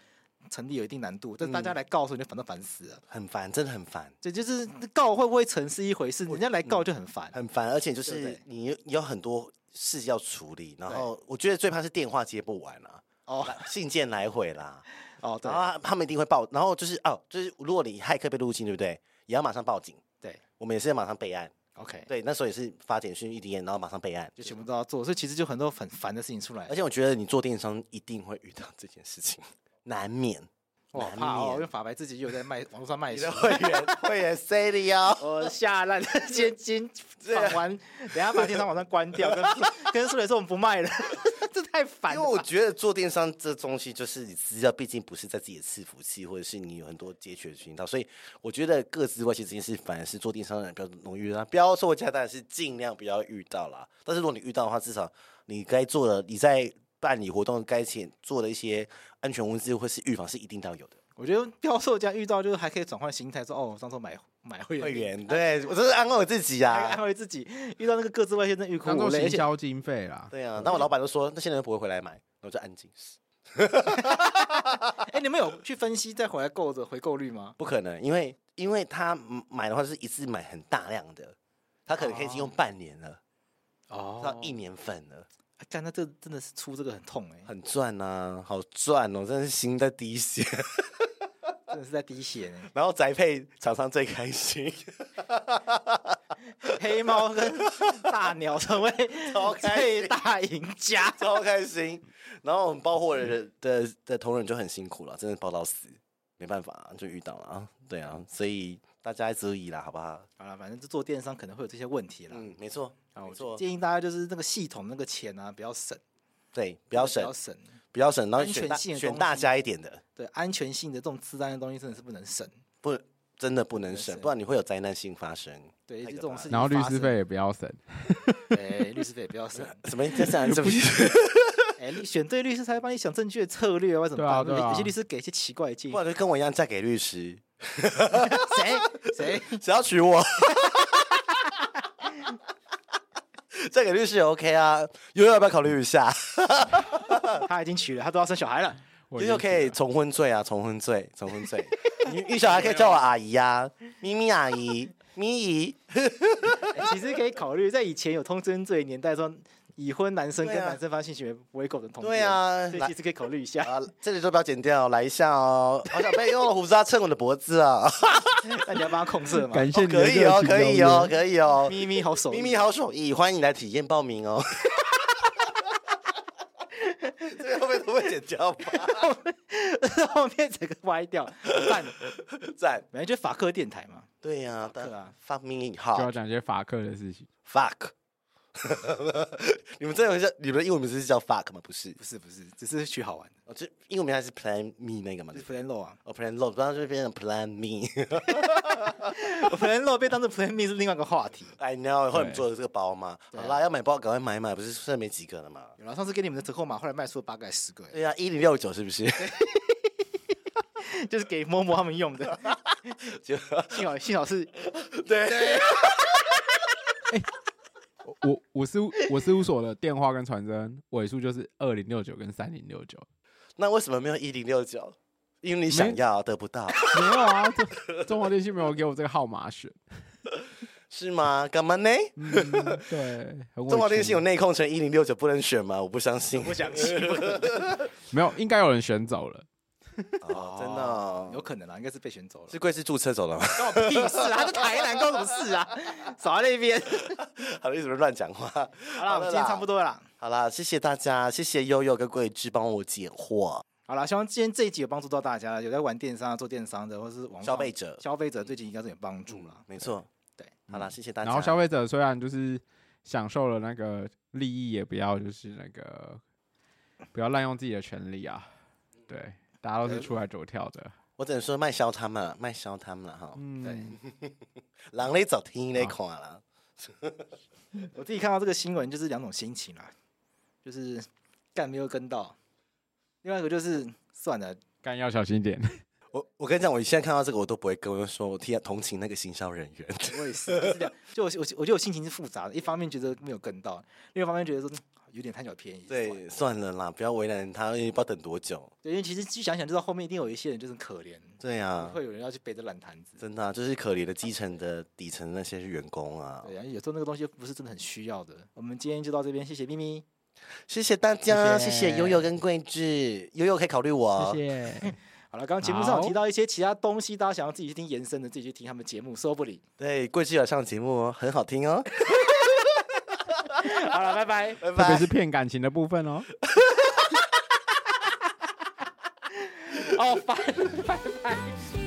A: 成立有一定难度，但是大家来告诉你，反正烦死了。
C: 很烦，真的很烦，
A: 对，就是告会不会成是一回事，人家来告就很烦。
C: 很烦，而且就
A: 对不
C: 是
A: 对
C: 你有你有很多事要处理，然后我觉得最怕是电话接不完 啊，
A: 哦
C: 信件来回啦。
A: 哦，对
C: 然后他们一定会报，然后就是哦，就是如果你骇客被入侵，对不对？也要马上报警。
A: 对
C: 我们也是要马上备案。
A: ，OK，
C: 对，那时候也是发简讯 EDN，然后马上备案。
A: 就
C: 就
A: 全部都要做，所以其实就很多很烦的事情出来
C: 而。且我觉得你做电商一定会遇到这件事情，难免。
A: 我
C: 难
A: 怕哦，因为
C: 免。
A: 法白自己又在卖 网络上卖
C: 你
A: 书
C: 的，会员会员 C 的哦，
A: 我下烂，先先放 完，等下把电商网站关掉， 跟跟苏磊说我们不卖了， 这太烦
C: 因为
A: 了
C: 我
A: 吧。
C: 觉得做电商这东西，就是你资料毕竟不是在自己的伺服器，或者是你有很多截取的渠道，所以我觉得各自外泄这件事，反而是做电商的人比较容易遇到。标售价当然是尽量不要遇到啦，但是如果你遇到的话，至少你该做的，你在办理活动该前做的一些安全文字或是预防是一定要有的。
A: 我觉得标售价遇到就是还可以转换心态，说哦，我上次买买会员，
C: 会员，对我这是安慰我自己
A: 还安
C: 啊。
A: 慰自己，遇到那个各自外泄真的欲哭
B: 当
A: 无
B: 做
A: 泪，而
B: 行
A: 且
B: 销经费啦。
C: 对啊，那我老板都说那些人不会回来买，那我就安静。
A: 哎、你们有去分析再回来购的回购率吗？
C: 不可能，因为因为他买的话是一次买很大量的，他可能可以用半年了，到
A: 哦
C: 一年份了，
A: 啊干，那这真的是出这个很痛哎、
C: 很赚呐、好赚哦，真的是心在滴血。
A: 真的是在滴血呢、
C: 然后宅配厂商最开心，
A: 黑猫跟大鸟成为
C: 超开心
A: 最大赢家。
C: 超开心。然后我们包货的人的的同仁就很辛苦了，真的包到死，没办法、就遇到了啊，对啊，所以大家注意啦，好不好？
A: 好了，反正就做电商可能会有这些问题啦。
C: 嗯，没错，
A: 啊，
C: 没
A: 我
C: 错，
A: 建议大家就是那个系统那个钱啊，不要省，
C: 对，不要省
A: 不要，省。
C: 不要省，然
A: 安
C: 后选
A: 全
C: 大
A: 性的
C: 选
A: 东
C: 大
A: 西
C: 家一点的，
A: 对安全性的这种自然的东西真的是不能省。
C: 不真的不能
A: 能
C: 省，
A: 省
C: 不然你会有灾难性发生。
A: 对，
C: 太
A: 这
C: 可
A: 种
C: 怕
A: 事情
B: 然后律
A: 发
B: 师
A: 生
B: 费，也不要省，
A: 对，律师费也不要 省。
C: 什么？这是这不是？
A: 哎、律选对律师才会帮你想正确的策略啊，或者怎么办？有些
B: 对啊对啊
A: 有些律师给一些奇怪的建议
C: 不，然就跟我一样嫁给律师，
A: 谁谁
C: 只要娶我。 嫁给律师也 OK 啊，悠悠要不要考虑一下？
A: 他已经娶了，他都要生小孩 了。
B: 我
C: 悠
B: 已
C: 悠
B: 经
C: 可
B: 觉
C: 以
B: 得
C: 重婚罪啊，重婚罪，重婚 罪。你你小孩可以叫我阿姨啊，咪咪阿姨，咪 姨。
A: 哎其实可以考虑，在以前有通奸罪年代的时候，已婚男生跟
C: 对啊
A: 男生发生性行为不会构成通奸。
C: 对，啊，
A: 所以
C: 来
A: 其实可以考虑一 下。
C: 啊，这里都不要剪掉，来一下哦。好想被用了胡子要蹭我的脖子啊！
A: 那你要帮他控色嘛？
B: 啊感谢你的
C: 可以哦，
B: 热情
C: 可以
B: 邀
C: 哦，
B: 约
C: 可以哦。
A: 咪咪好手艺，
C: 咪咪好手艺，欢迎来体验报名哦。 这个会不会会剪掉吧？
A: 后面整个歪掉，赞。
C: 赞，
A: 本来就法克电台嘛，
C: 对呀、
A: 克
C: 但
A: 啊
C: 发明
B: 就
C: 好
B: 要讲一些法克的事情。
C: fuck。你们真的叫你们的英文名字是叫 fuck 吗？不是
A: 不，是不是，只是取好玩的，
C: 哦，这英文名还是 plan me 那个嘛
A: 就？是 Plan Low 啊
C: 哦，plan low，然后就变成 plan me。
A: 我，Plan Low 被当成 Plan Me 是另外一个话题。
C: I know，后来我们
B: 对
C: 做的这个包嘛，
A: 对
C: 好
A: 啊
C: 啦，要买包赶快买买，不是剩没几个了嘛？
A: 有了，上次给你们的折扣码，后来卖出了八个还是十个，哎
C: 对呀、一零六九是不是？
A: 就是给嬷嬷他们用的。
C: 就
A: 幸好幸好是
C: 对，
B: 我我事务我事务所的电话跟传真尾数就是二零六九跟三零六九，
C: 那为什么没有一零六九？因为你想
B: 没
C: 要得不到，
B: 没有啊，这中华电信没有给我这个号码选。
C: 是吗？干嘛呢？
B: 嗯，对，很委
C: 中华电
B: 屈
C: 信有内控成一零六九不能选吗？我不相信，不相信，
B: 没有？应该有人选走了。
C: 哦，真的哦、
A: 有可能啊啦，应该是被选走了。
C: 是贵是注册走了吗？
A: 关我屁事啊！他在台南关我什么事啊？少在那边。
C: 好了，一直乱讲话。
A: 好了，我们今天差不
C: 多。
A: 多了啦。
C: 好啦，谢谢大家，谢谢悠悠跟桂枝帮我解惑。
A: 好啦，希望今天这一集有帮助到大家，有在玩电商、啊做电商的，或是网
C: 消费者嗯
A: 消费者最近应该是有帮助啦。
C: 没错，
A: 对，
C: 好啦，谢谢大家。
B: 然后消费者虽然就是享受了那个利益，也不要就是那个不要滥用自己的权利啊。对，大家
C: 呃
B: 都是出来走跳的。
C: 我只能说卖销他们了，卖销他们了哈。
A: 对
B: 嗯，
C: 人咧走天咧看啦，
A: 我自己看到这个新闻就是两种心情啦，就是干没有跟到，另外一个就是算了，
B: 干要小心一点。
C: 我我跟你讲，我现在看到这个我都不会跟，我就说我替他同情那个行销人员。
A: 我也是，就是这样。就我我我觉得我心情是复杂的，一方面觉得没有跟到，另一方面觉得说嗯有点贪小便宜。算了
C: 对，算了啦，不要为难他，因为不知道等多久。
A: 对，因为其实去想想，知道后面一定有一些人就是很可怜，
C: 对呀、啊，
A: 会有人要去背着烂摊子。
C: 真的啊、就是可怜的基层的底层那些员工啊。
A: 对啊，有时候那个东西不是真的很需要的。我们今天就到这边，谢谢咪咪。
C: 谢谢大家，谢
B: 谢
C: 谢悠悠跟桂智，悠悠可以考虑 我。哦
B: 谢谢。
A: 好了，刚刚节目上有
B: 好
A: 提到一些其他东西，大家想要自己去听延伸的，自己去听他们节目，说不理。
C: 对，桂智有上节目哦，很好听哦，
A: 好了，拜拜。
C: 拜
B: 特别
C: 拜
B: 是。骗感情的部分哦。
A: 哦，烦。
D: 拜拜。